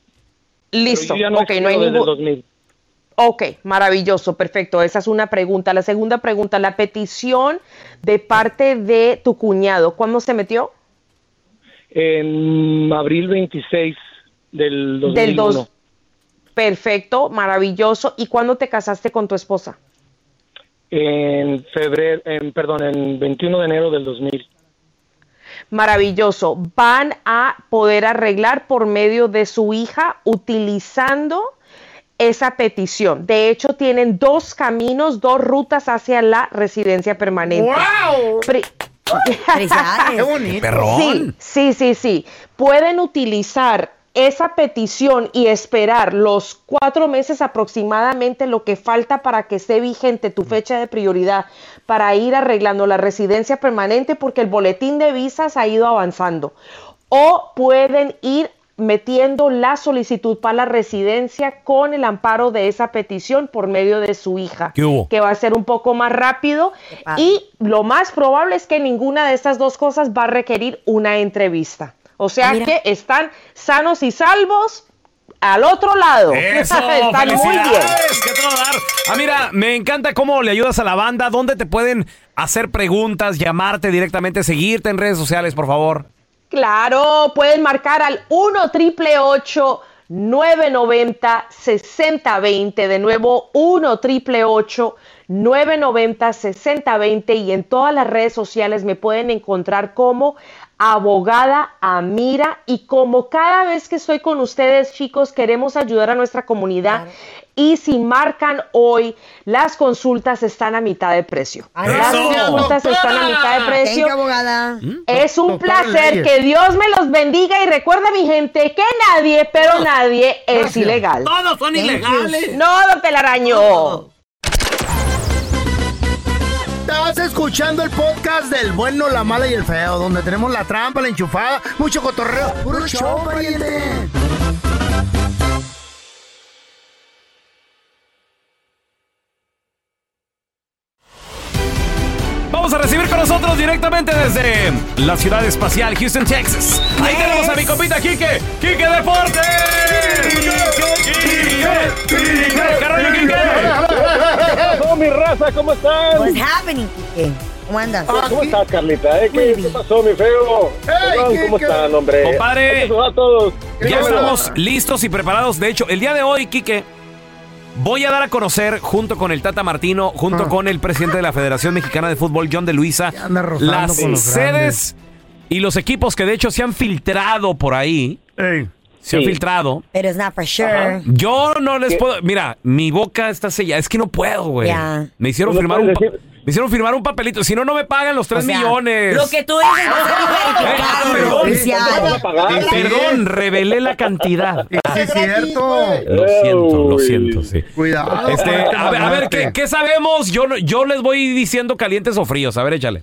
Speaker 20: Listo,
Speaker 16: Pero yo ya no
Speaker 20: ok, no hay
Speaker 16: escribo desde el
Speaker 20: ningún...
Speaker 16: 2000.
Speaker 20: Ok, maravilloso, perfecto. Esa es una pregunta. La segunda pregunta, la petición de parte de tu cuñado, ¿cuándo se metió?
Speaker 16: En abril 26 del 2001.
Speaker 20: Del dos- Perfecto, maravilloso. ¿Y cuándo te casaste con tu esposa?
Speaker 16: En febrero, en, perdón, en 21 de enero del 2000.
Speaker 20: Maravilloso. Van a poder arreglar por medio de su hija utilizando esa petición. De hecho, tienen dos caminos, dos rutas hacia la residencia permanente.
Speaker 3: ¡Wow!
Speaker 20: Pri-
Speaker 3: Felicidades. ¡Qué bonito! ¡Qué perrón!
Speaker 20: Sí, sí, sí, sí. Pueden utilizar esa petición y esperar los cuatro meses aproximadamente lo que falta para que esté vigente tu fecha de prioridad para ir arreglando la residencia permanente porque el boletín de visas ha ido avanzando. O pueden ir metiendo la solicitud para la residencia con el amparo de esa petición por medio de su hija,
Speaker 8: ¿Qué hubo?
Speaker 20: que va a ser un poco más rápido
Speaker 8: padre.
Speaker 20: y lo más probable es que ninguna de estas dos cosas va a requerir una entrevista. O sea que están sanos y salvos al otro lado.
Speaker 1: Eso,
Speaker 20: están muy bien.
Speaker 1: felicidades, que te va a dar. Amira, me encanta cómo le ayudas a la banda. ¿Dónde te pueden hacer preguntas, llamarte directamente, seguirte en redes sociales, por favor?
Speaker 20: Claro, pueden marcar al 1 triple 990 6020. De nuevo, 1 triple 990 6020. Y en todas las redes sociales me pueden encontrar como abogada Amira. Y como cada vez que estoy con ustedes, chicos, queremos ayudar a nuestra comunidad. Y si marcan hoy, las consultas están a mitad de precio. Las consultas están a mitad de precio.
Speaker 5: Venga, abogada.
Speaker 6: Mm,
Speaker 20: Es un
Speaker 5: Doctora
Speaker 20: placer,
Speaker 5: Reyes.
Speaker 20: que Dios me los bendiga y recuerda mi gente que nadie, pero nadie es
Speaker 5: Gracias.
Speaker 20: ilegal.
Speaker 6: Todos son Thank ilegales. you.
Speaker 20: No, don Telaraño.
Speaker 3: Estás escuchando el podcast del bueno, la mala y el feo, donde tenemos la trampa, la enchufada, mucho cotorreo. ¡Puro show, pariente!
Speaker 1: Vamos vamos a recibir con nosotros directamente desde la ciudad espacial Houston, Texas. Ahí
Speaker 6: Yes.
Speaker 1: tenemos a mi compita Quique, Quique Deporte.
Speaker 8: pasó, mi raza? ¿Cómo están?
Speaker 5: What's happening, Quique? ¿Cómo andas?
Speaker 8: ¿Cómo estás, Carlita? eh? ¿Qué, qué pasó, mi feo? ¿Cómo, cómo están, hombre?
Speaker 1: Compadre.
Speaker 8: ¿Cómo a todos?
Speaker 1: Ya
Speaker 8: Dígamelo.
Speaker 1: estamos listos y preparados. De hecho, el día de hoy, Quique, voy a dar a conocer, junto con el Tata Martino, junto con el presidente de la Federación Mexicana de Fútbol, John de Luisa,
Speaker 3: Ah. anda rozando
Speaker 1: las
Speaker 3: con los
Speaker 1: sedes y los equipos que de hecho se han filtrado por ahí. Se han
Speaker 5: Sí.
Speaker 1: filtrado.
Speaker 5: Pero it's not for sure.
Speaker 1: Yo no les puedo. Mira, mi boca está sellada. Es que no puedo, güey.
Speaker 5: Ya.
Speaker 1: Me hicieron
Speaker 5: No
Speaker 1: firmar un.
Speaker 5: puedes
Speaker 1: pa- Me hicieron firmar un papelito. Si no, no me pagan los 3
Speaker 5: O sea,
Speaker 1: millones.
Speaker 5: Lo que tú dices no es verificado,
Speaker 1: perdón.
Speaker 5: oficial.
Speaker 1: Eh, Perdón, revelé la cantidad.
Speaker 3: es cierto.
Speaker 1: Lo siento, lo siento, sí.
Speaker 3: Cuidado.
Speaker 1: Este,
Speaker 3: con esta
Speaker 1: a ver, a ver,
Speaker 3: mamada.
Speaker 1: ¿qué, qué sabemos? Yo, no- yo les voy diciendo calientes o fríos. A ver, échale.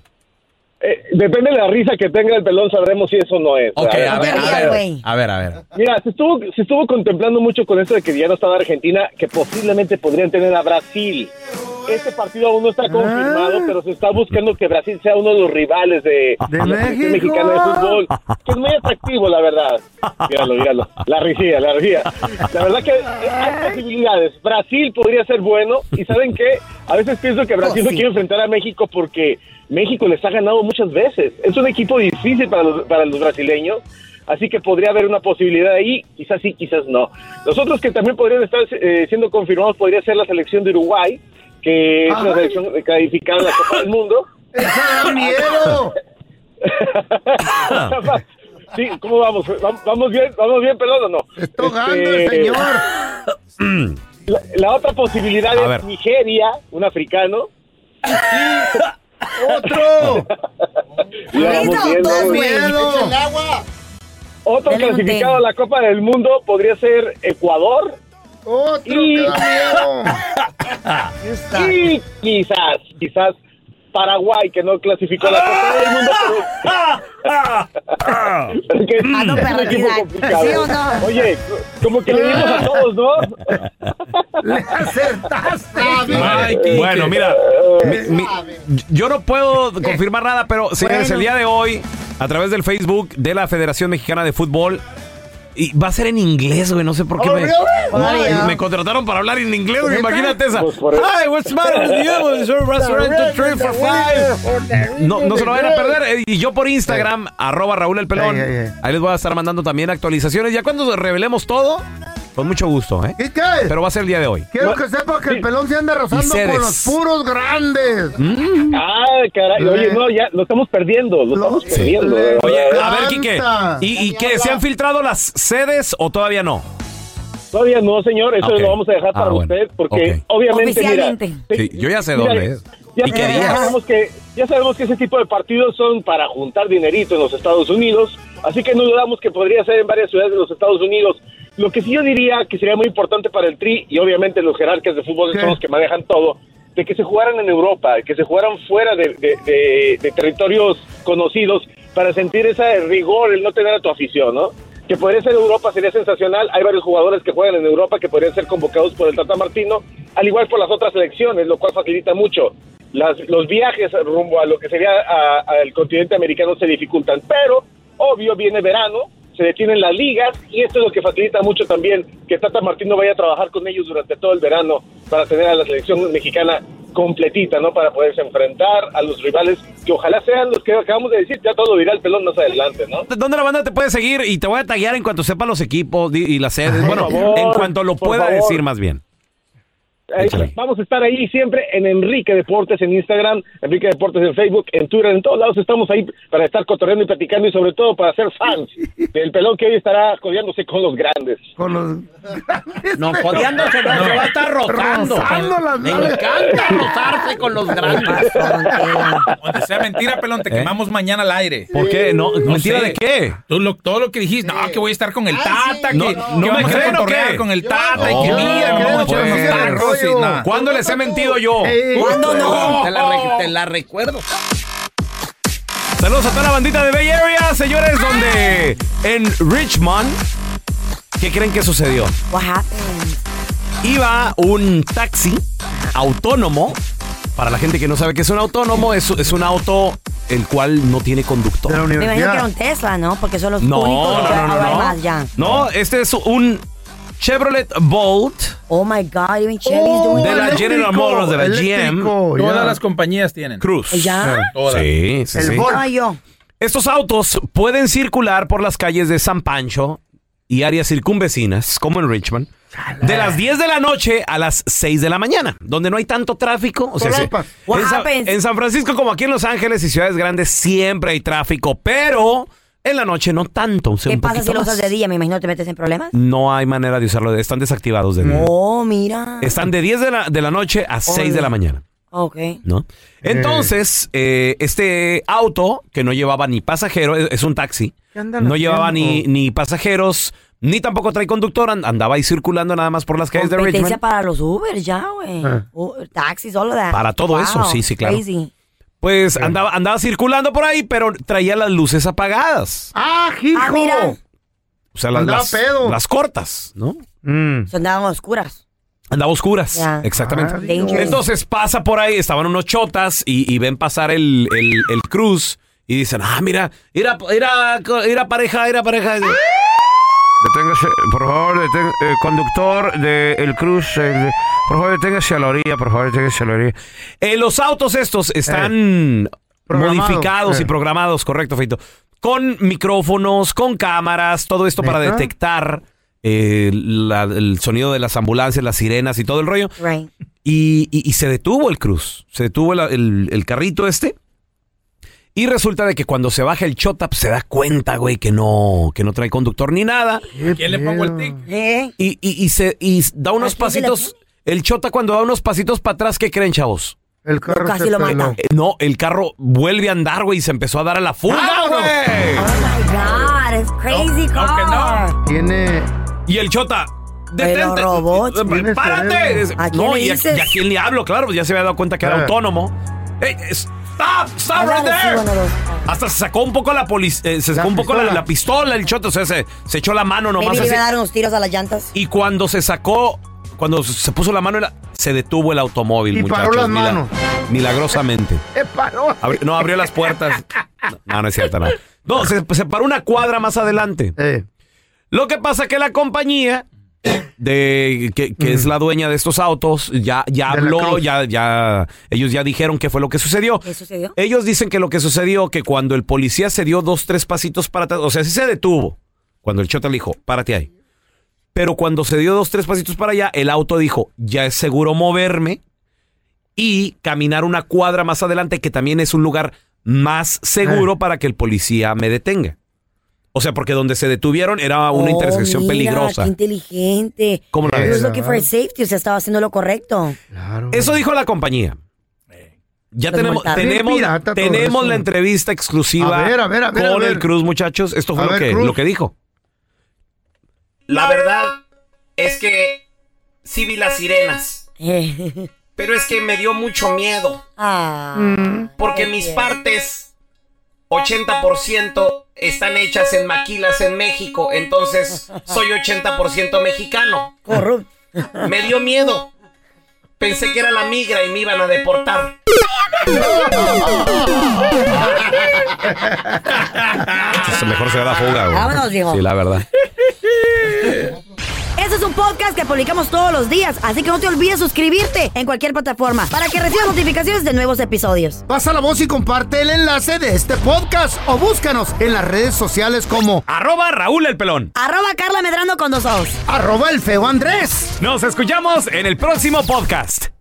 Speaker 8: Eh, depende de la risa que tenga el pelón, sabremos si eso no es.
Speaker 1: Ok, a ver, a ver.
Speaker 8: ver.
Speaker 1: A ver, a ver.
Speaker 8: Mira, se estuvo, se estuvo contemplando mucho con esto de que ya no estaba Argentina, que posiblemente podrían tener a Brasil. Este partido aún no está confirmado, pero se está buscando que Brasil sea uno de los rivales de, de la selección
Speaker 3: México.
Speaker 8: mexicana de fútbol, que es muy atractivo, la verdad. Míralo, míralo. La risilla, la risilla. La verdad que hay posibilidades. Brasil podría ser bueno, y ¿saben qué? A veces pienso que Brasil no quiere enfrentar a México porque México les ha ganado muchas veces. Es un equipo difícil para los, para los brasileños. Así que podría haber una posibilidad ahí, quizás sí, quizás no. Los otros que también podrían estar eh, siendo confirmados podría ser la selección de Uruguay, que es
Speaker 3: Ay.
Speaker 8: la selección calificada en la Copa del Mundo.
Speaker 3: ¡Esa da miedo!
Speaker 8: Sí, ¿cómo vamos? ¿Vam- ¿Vamos bien? ¿Vamos bien, pelón o no? Estoy
Speaker 3: ahogando el señor.
Speaker 8: La, la otra posibilidad
Speaker 1: A
Speaker 8: es
Speaker 1: ver.
Speaker 8: Nigeria, un africano.
Speaker 3: ¡Otro!
Speaker 8: Ya vamos bien, vamos bien.
Speaker 3: agua!
Speaker 8: Otro
Speaker 3: Dale un
Speaker 8: clasificado a la Copa del Mundo podría ser Ecuador.
Speaker 3: ¡Otro
Speaker 8: Y-
Speaker 3: que da
Speaker 8: Y quizás, quizás Paraguay, que no clasificó a la Copa del Mundo, pero... pero que-
Speaker 3: Mano
Speaker 8: es un equipo
Speaker 3: perdida.
Speaker 8: complicado.
Speaker 3: ¿Sí o no?
Speaker 8: Oye, como que le dimos a todos, ¿no?
Speaker 1: Ay,
Speaker 8: Quique.
Speaker 1: bueno, mira, mi- mi- yo no puedo confirmar nada, pero señores,
Speaker 6: Bueno.
Speaker 1: el día de hoy, a través del Facebook de la Federación Mexicana de Fútbol, y va a ser en inglés, güey, no sé por qué me,
Speaker 6: Oh,
Speaker 1: No,
Speaker 6: really?
Speaker 1: me contrataron para hablar en inglés, güey,
Speaker 6: ¿Neta?
Speaker 1: imagínate esa.
Speaker 6: Pues por eso.
Speaker 1: Hi, what's the matter with you? It's your restaurant to three for five. No, no se lo vayan a perder. Eh, Y yo por Instagram, arroba Raúl el Pelón, ahí les voy a estar mandando también actualizaciones. Ya cuando revelemos todo, con mucho gusto, ¿eh?
Speaker 3: ¿Y qué?
Speaker 1: Pero va a ser el día de hoy.
Speaker 3: Quiero que sepas que el pelón se anda
Speaker 1: Y
Speaker 3: rozando
Speaker 1: sedes.
Speaker 3: con los puros grandes.
Speaker 20: Mm.
Speaker 8: Ah, caray. Oye, no, ya lo estamos perdiendo. Lo estamos perdiendo. de verdad.
Speaker 1: Oye, a ver, Quique, ¿y, y qué? ¿Se han filtrado las sedes o todavía no?
Speaker 8: Todavía no, señor. Eso
Speaker 1: Ok.
Speaker 8: lo vamos a dejar
Speaker 1: Ah,
Speaker 8: para
Speaker 1: bueno.
Speaker 8: usted, porque
Speaker 1: Ok.
Speaker 8: obviamente, mira,
Speaker 1: Sí, yo ya sé
Speaker 8: Mira,
Speaker 1: dónde es.
Speaker 8: Ya,
Speaker 1: ¿Y qué
Speaker 8: ya
Speaker 1: días?
Speaker 8: sabemos que, ya sabemos que ese tipo de partidos son para juntar dinerito en los Estados Unidos, así que no dudamos que podría ser en varias ciudades de los Estados Unidos. Lo que sí yo diría que sería muy importante para el Tri, y obviamente los jerarcas de fútbol son los que manejan todo, de que se jugaran en Europa, que se jugaran fuera de, de- de- de territorios conocidos para sentir ese rigor, el no tener a tu afición, ¿no? Que podría ser Europa, sería sensacional. Hay varios jugadores que juegan en Europa que podrían ser convocados por el Tata Martino, al igual por las otras selecciones, lo cual facilita mucho. Las- los viajes rumbo a lo que sería a- al continente americano se dificultan, pero obvio viene verano, se detienen las ligas y esto es lo que facilita mucho también que Tata Martino vaya a trabajar con ellos durante todo el verano para tener a la selección mexicana completita, ¿no? Para poderse enfrentar a los rivales que ojalá sean los que acabamos de decir, ya todo lo dirá el pelón más adelante, ¿no?
Speaker 1: ¿Dónde la banda te puede seguir? Y te voy a taggear en cuanto sepa los equipos di- y las sedes.
Speaker 8: Por
Speaker 1: Bueno,
Speaker 8: favor,
Speaker 1: en cuanto lo
Speaker 8: por
Speaker 1: pueda
Speaker 8: favor.
Speaker 1: decir más bien.
Speaker 8: Ahí
Speaker 1: Échale.
Speaker 8: vamos a estar ahí siempre en Enrique Deportes en Instagram, Enrique Deportes en Facebook, en Twitter, en todos lados estamos ahí para estar cotorreando y platicando y sobre todo para ser fans del pelón que hoy estará codeándose con los grandes.
Speaker 3: Con los
Speaker 6: No, jodeándose no, se va a estar rozando.
Speaker 3: Rozando las
Speaker 6: Me
Speaker 3: nalgas.
Speaker 6: encanta rozarse con los grandes.
Speaker 21: Aunque sea mentira, pelón, te quemamos mañana al aire.
Speaker 1: ¿Eh? ¿Por qué? No, ¿mentira de qué?
Speaker 21: Tú lo- todo lo que dijiste, no, que voy a estar con el
Speaker 6: Ah,
Speaker 21: Tata, que,
Speaker 1: No,
Speaker 21: que
Speaker 1: no me
Speaker 21: vamos a
Speaker 1: creen, ¿o
Speaker 21: cotorrear
Speaker 1: qué?
Speaker 21: con el Tata, y que
Speaker 1: No,
Speaker 21: mira, que vamos a echar
Speaker 1: pues.
Speaker 21: unos tacos y nada.
Speaker 1: ¿Cuándo les he mentido yo?
Speaker 21: ¿Cuándo no?
Speaker 6: Te la, re- te la recuerdo.
Speaker 1: Saludos a toda la bandita de Bay Area, señores, donde en Richmond, ¿qué creen que sucedió? Iba un taxi autónomo Para la gente que no sabe que es un autónomo, es, es un auto el cual no tiene conductor.
Speaker 5: Me imagino que era un Tesla, ¿no? Porque son los
Speaker 1: No,
Speaker 5: únicos
Speaker 1: no,
Speaker 5: que
Speaker 1: no, no,
Speaker 5: ahora hay
Speaker 1: no.
Speaker 5: más ya.
Speaker 1: No, este es un Chevrolet Bolt
Speaker 5: Oh my God, even Chevy's doing
Speaker 1: de la
Speaker 5: that.
Speaker 1: General Motors, de la GM.
Speaker 21: Todas las compañías tienen.
Speaker 1: Cruz.
Speaker 5: Pues
Speaker 1: Ah,
Speaker 5: ¿Ya?
Speaker 21: Todas.
Speaker 1: Sí, sí, sí.
Speaker 5: Ay, yo.
Speaker 1: Estos autos pueden circular por las calles de San Pancho y áreas circunvecinas, como en Richmond, de las 10 de la noche a las 6 de la mañana, donde no hay tanto tráfico. O sea, sí.
Speaker 6: Solapas.
Speaker 1: en, Sa- en San Francisco, como aquí en Los Ángeles y ciudades grandes, siempre hay tráfico, pero en la noche no tanto. o sea,
Speaker 5: ¿Qué
Speaker 1: un
Speaker 5: pasa si
Speaker 1: poquito
Speaker 5: lo
Speaker 1: más.
Speaker 5: usas de día? Me imagino te metes en problemas.
Speaker 1: No hay manera de usarlo, están desactivados. De
Speaker 5: Oh, mira.
Speaker 1: Están de 10 de la, de la noche a 6 de la mañana.
Speaker 5: Ok.
Speaker 1: ¿no? Entonces, eh, este auto que no llevaba ni pasajero, es, es un taxi,
Speaker 3: ¿Qué andan
Speaker 1: no llevaba ni,
Speaker 3: haciendo?
Speaker 1: ni pasajeros, ni tampoco trae conductor, and- andaba ahí circulando nada más por las calles de
Speaker 5: Competencia
Speaker 1: Richmond.
Speaker 5: para los Uber ya, güey.
Speaker 1: Ah.
Speaker 5: Uber, taxis, all of that.
Speaker 1: Para todo eso, sí, sí, claro.
Speaker 5: Crazy.
Speaker 1: Pues andaba, andaba circulando por ahí, pero traía las luces apagadas.
Speaker 5: ¡Ah, hijo! Ah, mira.
Speaker 1: O sea, las,
Speaker 5: Andaba
Speaker 1: las-
Speaker 5: pedo. Mm.
Speaker 1: las cortas, ¿no?
Speaker 5: Son daban oscuras.
Speaker 1: Andaba a oscuras.
Speaker 5: Ya.
Speaker 1: Exactamente.
Speaker 5: Ah, Dangerous.
Speaker 1: Entonces pasa por ahí, estaban unos chotas y, y ven pasar el, el, el cruz y dicen, ah, mira, era, era, era pareja, era pareja.
Speaker 22: Deténgase, por favor, deten- eh, conductor del el Cruz, eh, de- por favor, deténgase a la orilla, por favor, deténgase a la orilla.
Speaker 1: Eh, los autos estos están
Speaker 22: Eh, Programados,
Speaker 1: modificados
Speaker 22: eh.
Speaker 1: y programados, correcto, Feito. Con micrófonos, con cámaras, todo esto para
Speaker 22: ¿Neta?
Speaker 1: detectar eh, la- el sonido de las ambulancias, las sirenas y todo el rollo.
Speaker 5: Right.
Speaker 1: Y, y- y se detuvo el cruz, se detuvo el, el- el carrito este. Y resulta de que cuando se baja el chotap se da cuenta, güey, que no, que no trae conductor ni nada.
Speaker 21: ¿Quién le pongo el tic?
Speaker 1: Y, y- y se y da unos pasitos. El chota cuando da unos pasitos para atrás, ¿qué creen, chavos?
Speaker 3: El carro Casi se lo peló. mata.
Speaker 1: Eh, No, el carro vuelve a andar, güey, y se empezó a dar a la fuga,
Speaker 3: ¡Ah,
Speaker 1: güey.
Speaker 5: Oh God, it's crazy car.
Speaker 3: Tiene.
Speaker 1: Y el chota.
Speaker 5: Pero
Speaker 1: Detente.
Speaker 5: robots.
Speaker 1: Eh,
Speaker 5: Tiene
Speaker 1: ¡Párate!
Speaker 5: cerebro. ¿A quién
Speaker 1: no,
Speaker 5: le
Speaker 1: y, a,
Speaker 5: dices?
Speaker 1: y a quién le hablo, claro, pues ya se había dado cuenta que
Speaker 6: Eh.
Speaker 3: Ah.
Speaker 1: era autónomo. Ey, ¡Stop! ¡Stop
Speaker 6: Ahora
Speaker 1: right
Speaker 6: le
Speaker 1: there!
Speaker 6: sigo, no
Speaker 1: Hasta se sacó un poco la polic- eh, se sacó un poco la, la pistola, el chota, o sea, se, se echó la mano
Speaker 5: Maybe
Speaker 1: nomás
Speaker 5: le
Speaker 1: así.
Speaker 5: iba a dar unos tiros a las llantas.
Speaker 1: Y cuando se sacó, cuando se puso la mano, en la- se detuvo el automóvil,
Speaker 3: Y
Speaker 1: muchachos.
Speaker 3: paró las
Speaker 1: mila-
Speaker 3: manos.
Speaker 1: milagrosamente.
Speaker 3: ¡Eh, paró!
Speaker 1: Abri- no, abrió las puertas. No, no es cierto, no. No, se, se paró una cuadra más adelante. Lo que pasa que la compañía de que, que es la dueña de estos autos ya, ya
Speaker 6: De la
Speaker 1: habló,
Speaker 6: Cruz.
Speaker 1: ya, ya, ellos ya dijeron qué fue lo que sucedió.
Speaker 5: ¿Qué sucedió?
Speaker 1: Ellos dicen que lo que sucedió, que cuando el policía se dio dos, tres pasitos para atrás, o sea, sí se detuvo, cuando el chota le dijo, párate ahí. Pero cuando se dio dos, tres pasitos para allá, el auto dijo, ya es seguro moverme y caminar una cuadra más adelante, que también es un lugar más seguro
Speaker 5: Ah.
Speaker 1: para que el policía me detenga. O sea, porque donde se detuvieron era Ah, una
Speaker 5: Oh,
Speaker 1: intersección
Speaker 5: mira, Qué
Speaker 1: peligrosa.
Speaker 5: inteligente.
Speaker 1: ¿Cómo la
Speaker 5: He
Speaker 1: ves? Ah,
Speaker 5: was looking for safety, o sea, estaba haciendo lo correcto.
Speaker 1: Eso dijo la compañía. Ya
Speaker 5: Los
Speaker 1: tenemos,
Speaker 5: multaron.
Speaker 1: tenemos,
Speaker 5: Eh. Bien pirata todo
Speaker 1: tenemos
Speaker 5: eso.
Speaker 1: la entrevista exclusiva
Speaker 5: A ver, a ver, a ver, a
Speaker 1: con
Speaker 5: ver.
Speaker 1: el Cruz, muchachos. Esto fue
Speaker 6: A
Speaker 1: lo,
Speaker 6: ver,
Speaker 1: que,
Speaker 6: Cruz.
Speaker 1: lo que dijo.
Speaker 6: La verdad es que sí vi las sirenas, pero es que me dio mucho miedo.
Speaker 5: Ah,
Speaker 6: Porque mis partes, 80% están hechas en maquilas en México, entonces soy 80% mexicano.
Speaker 5: Corrupto.
Speaker 6: Me dio miedo. Pensé que era la migra y me iban a deportar.
Speaker 1: Entonces, mejor se da la fuga, güey.
Speaker 5: Vámonos, viejo.
Speaker 1: Sí, la verdad.
Speaker 5: Este es un podcast que publicamos todos los días, así que no te olvides suscribirte en cualquier plataforma para que recibas notificaciones de nuevos episodios.
Speaker 23: Pasa la voz y comparte el enlace de este podcast o búscanos en las redes sociales como
Speaker 1: Arroba Raúl el pelón.
Speaker 5: Arroba Carla Medrano con dos ojos.
Speaker 23: arroba el feo Andrés.
Speaker 1: Nos escuchamos en el próximo podcast.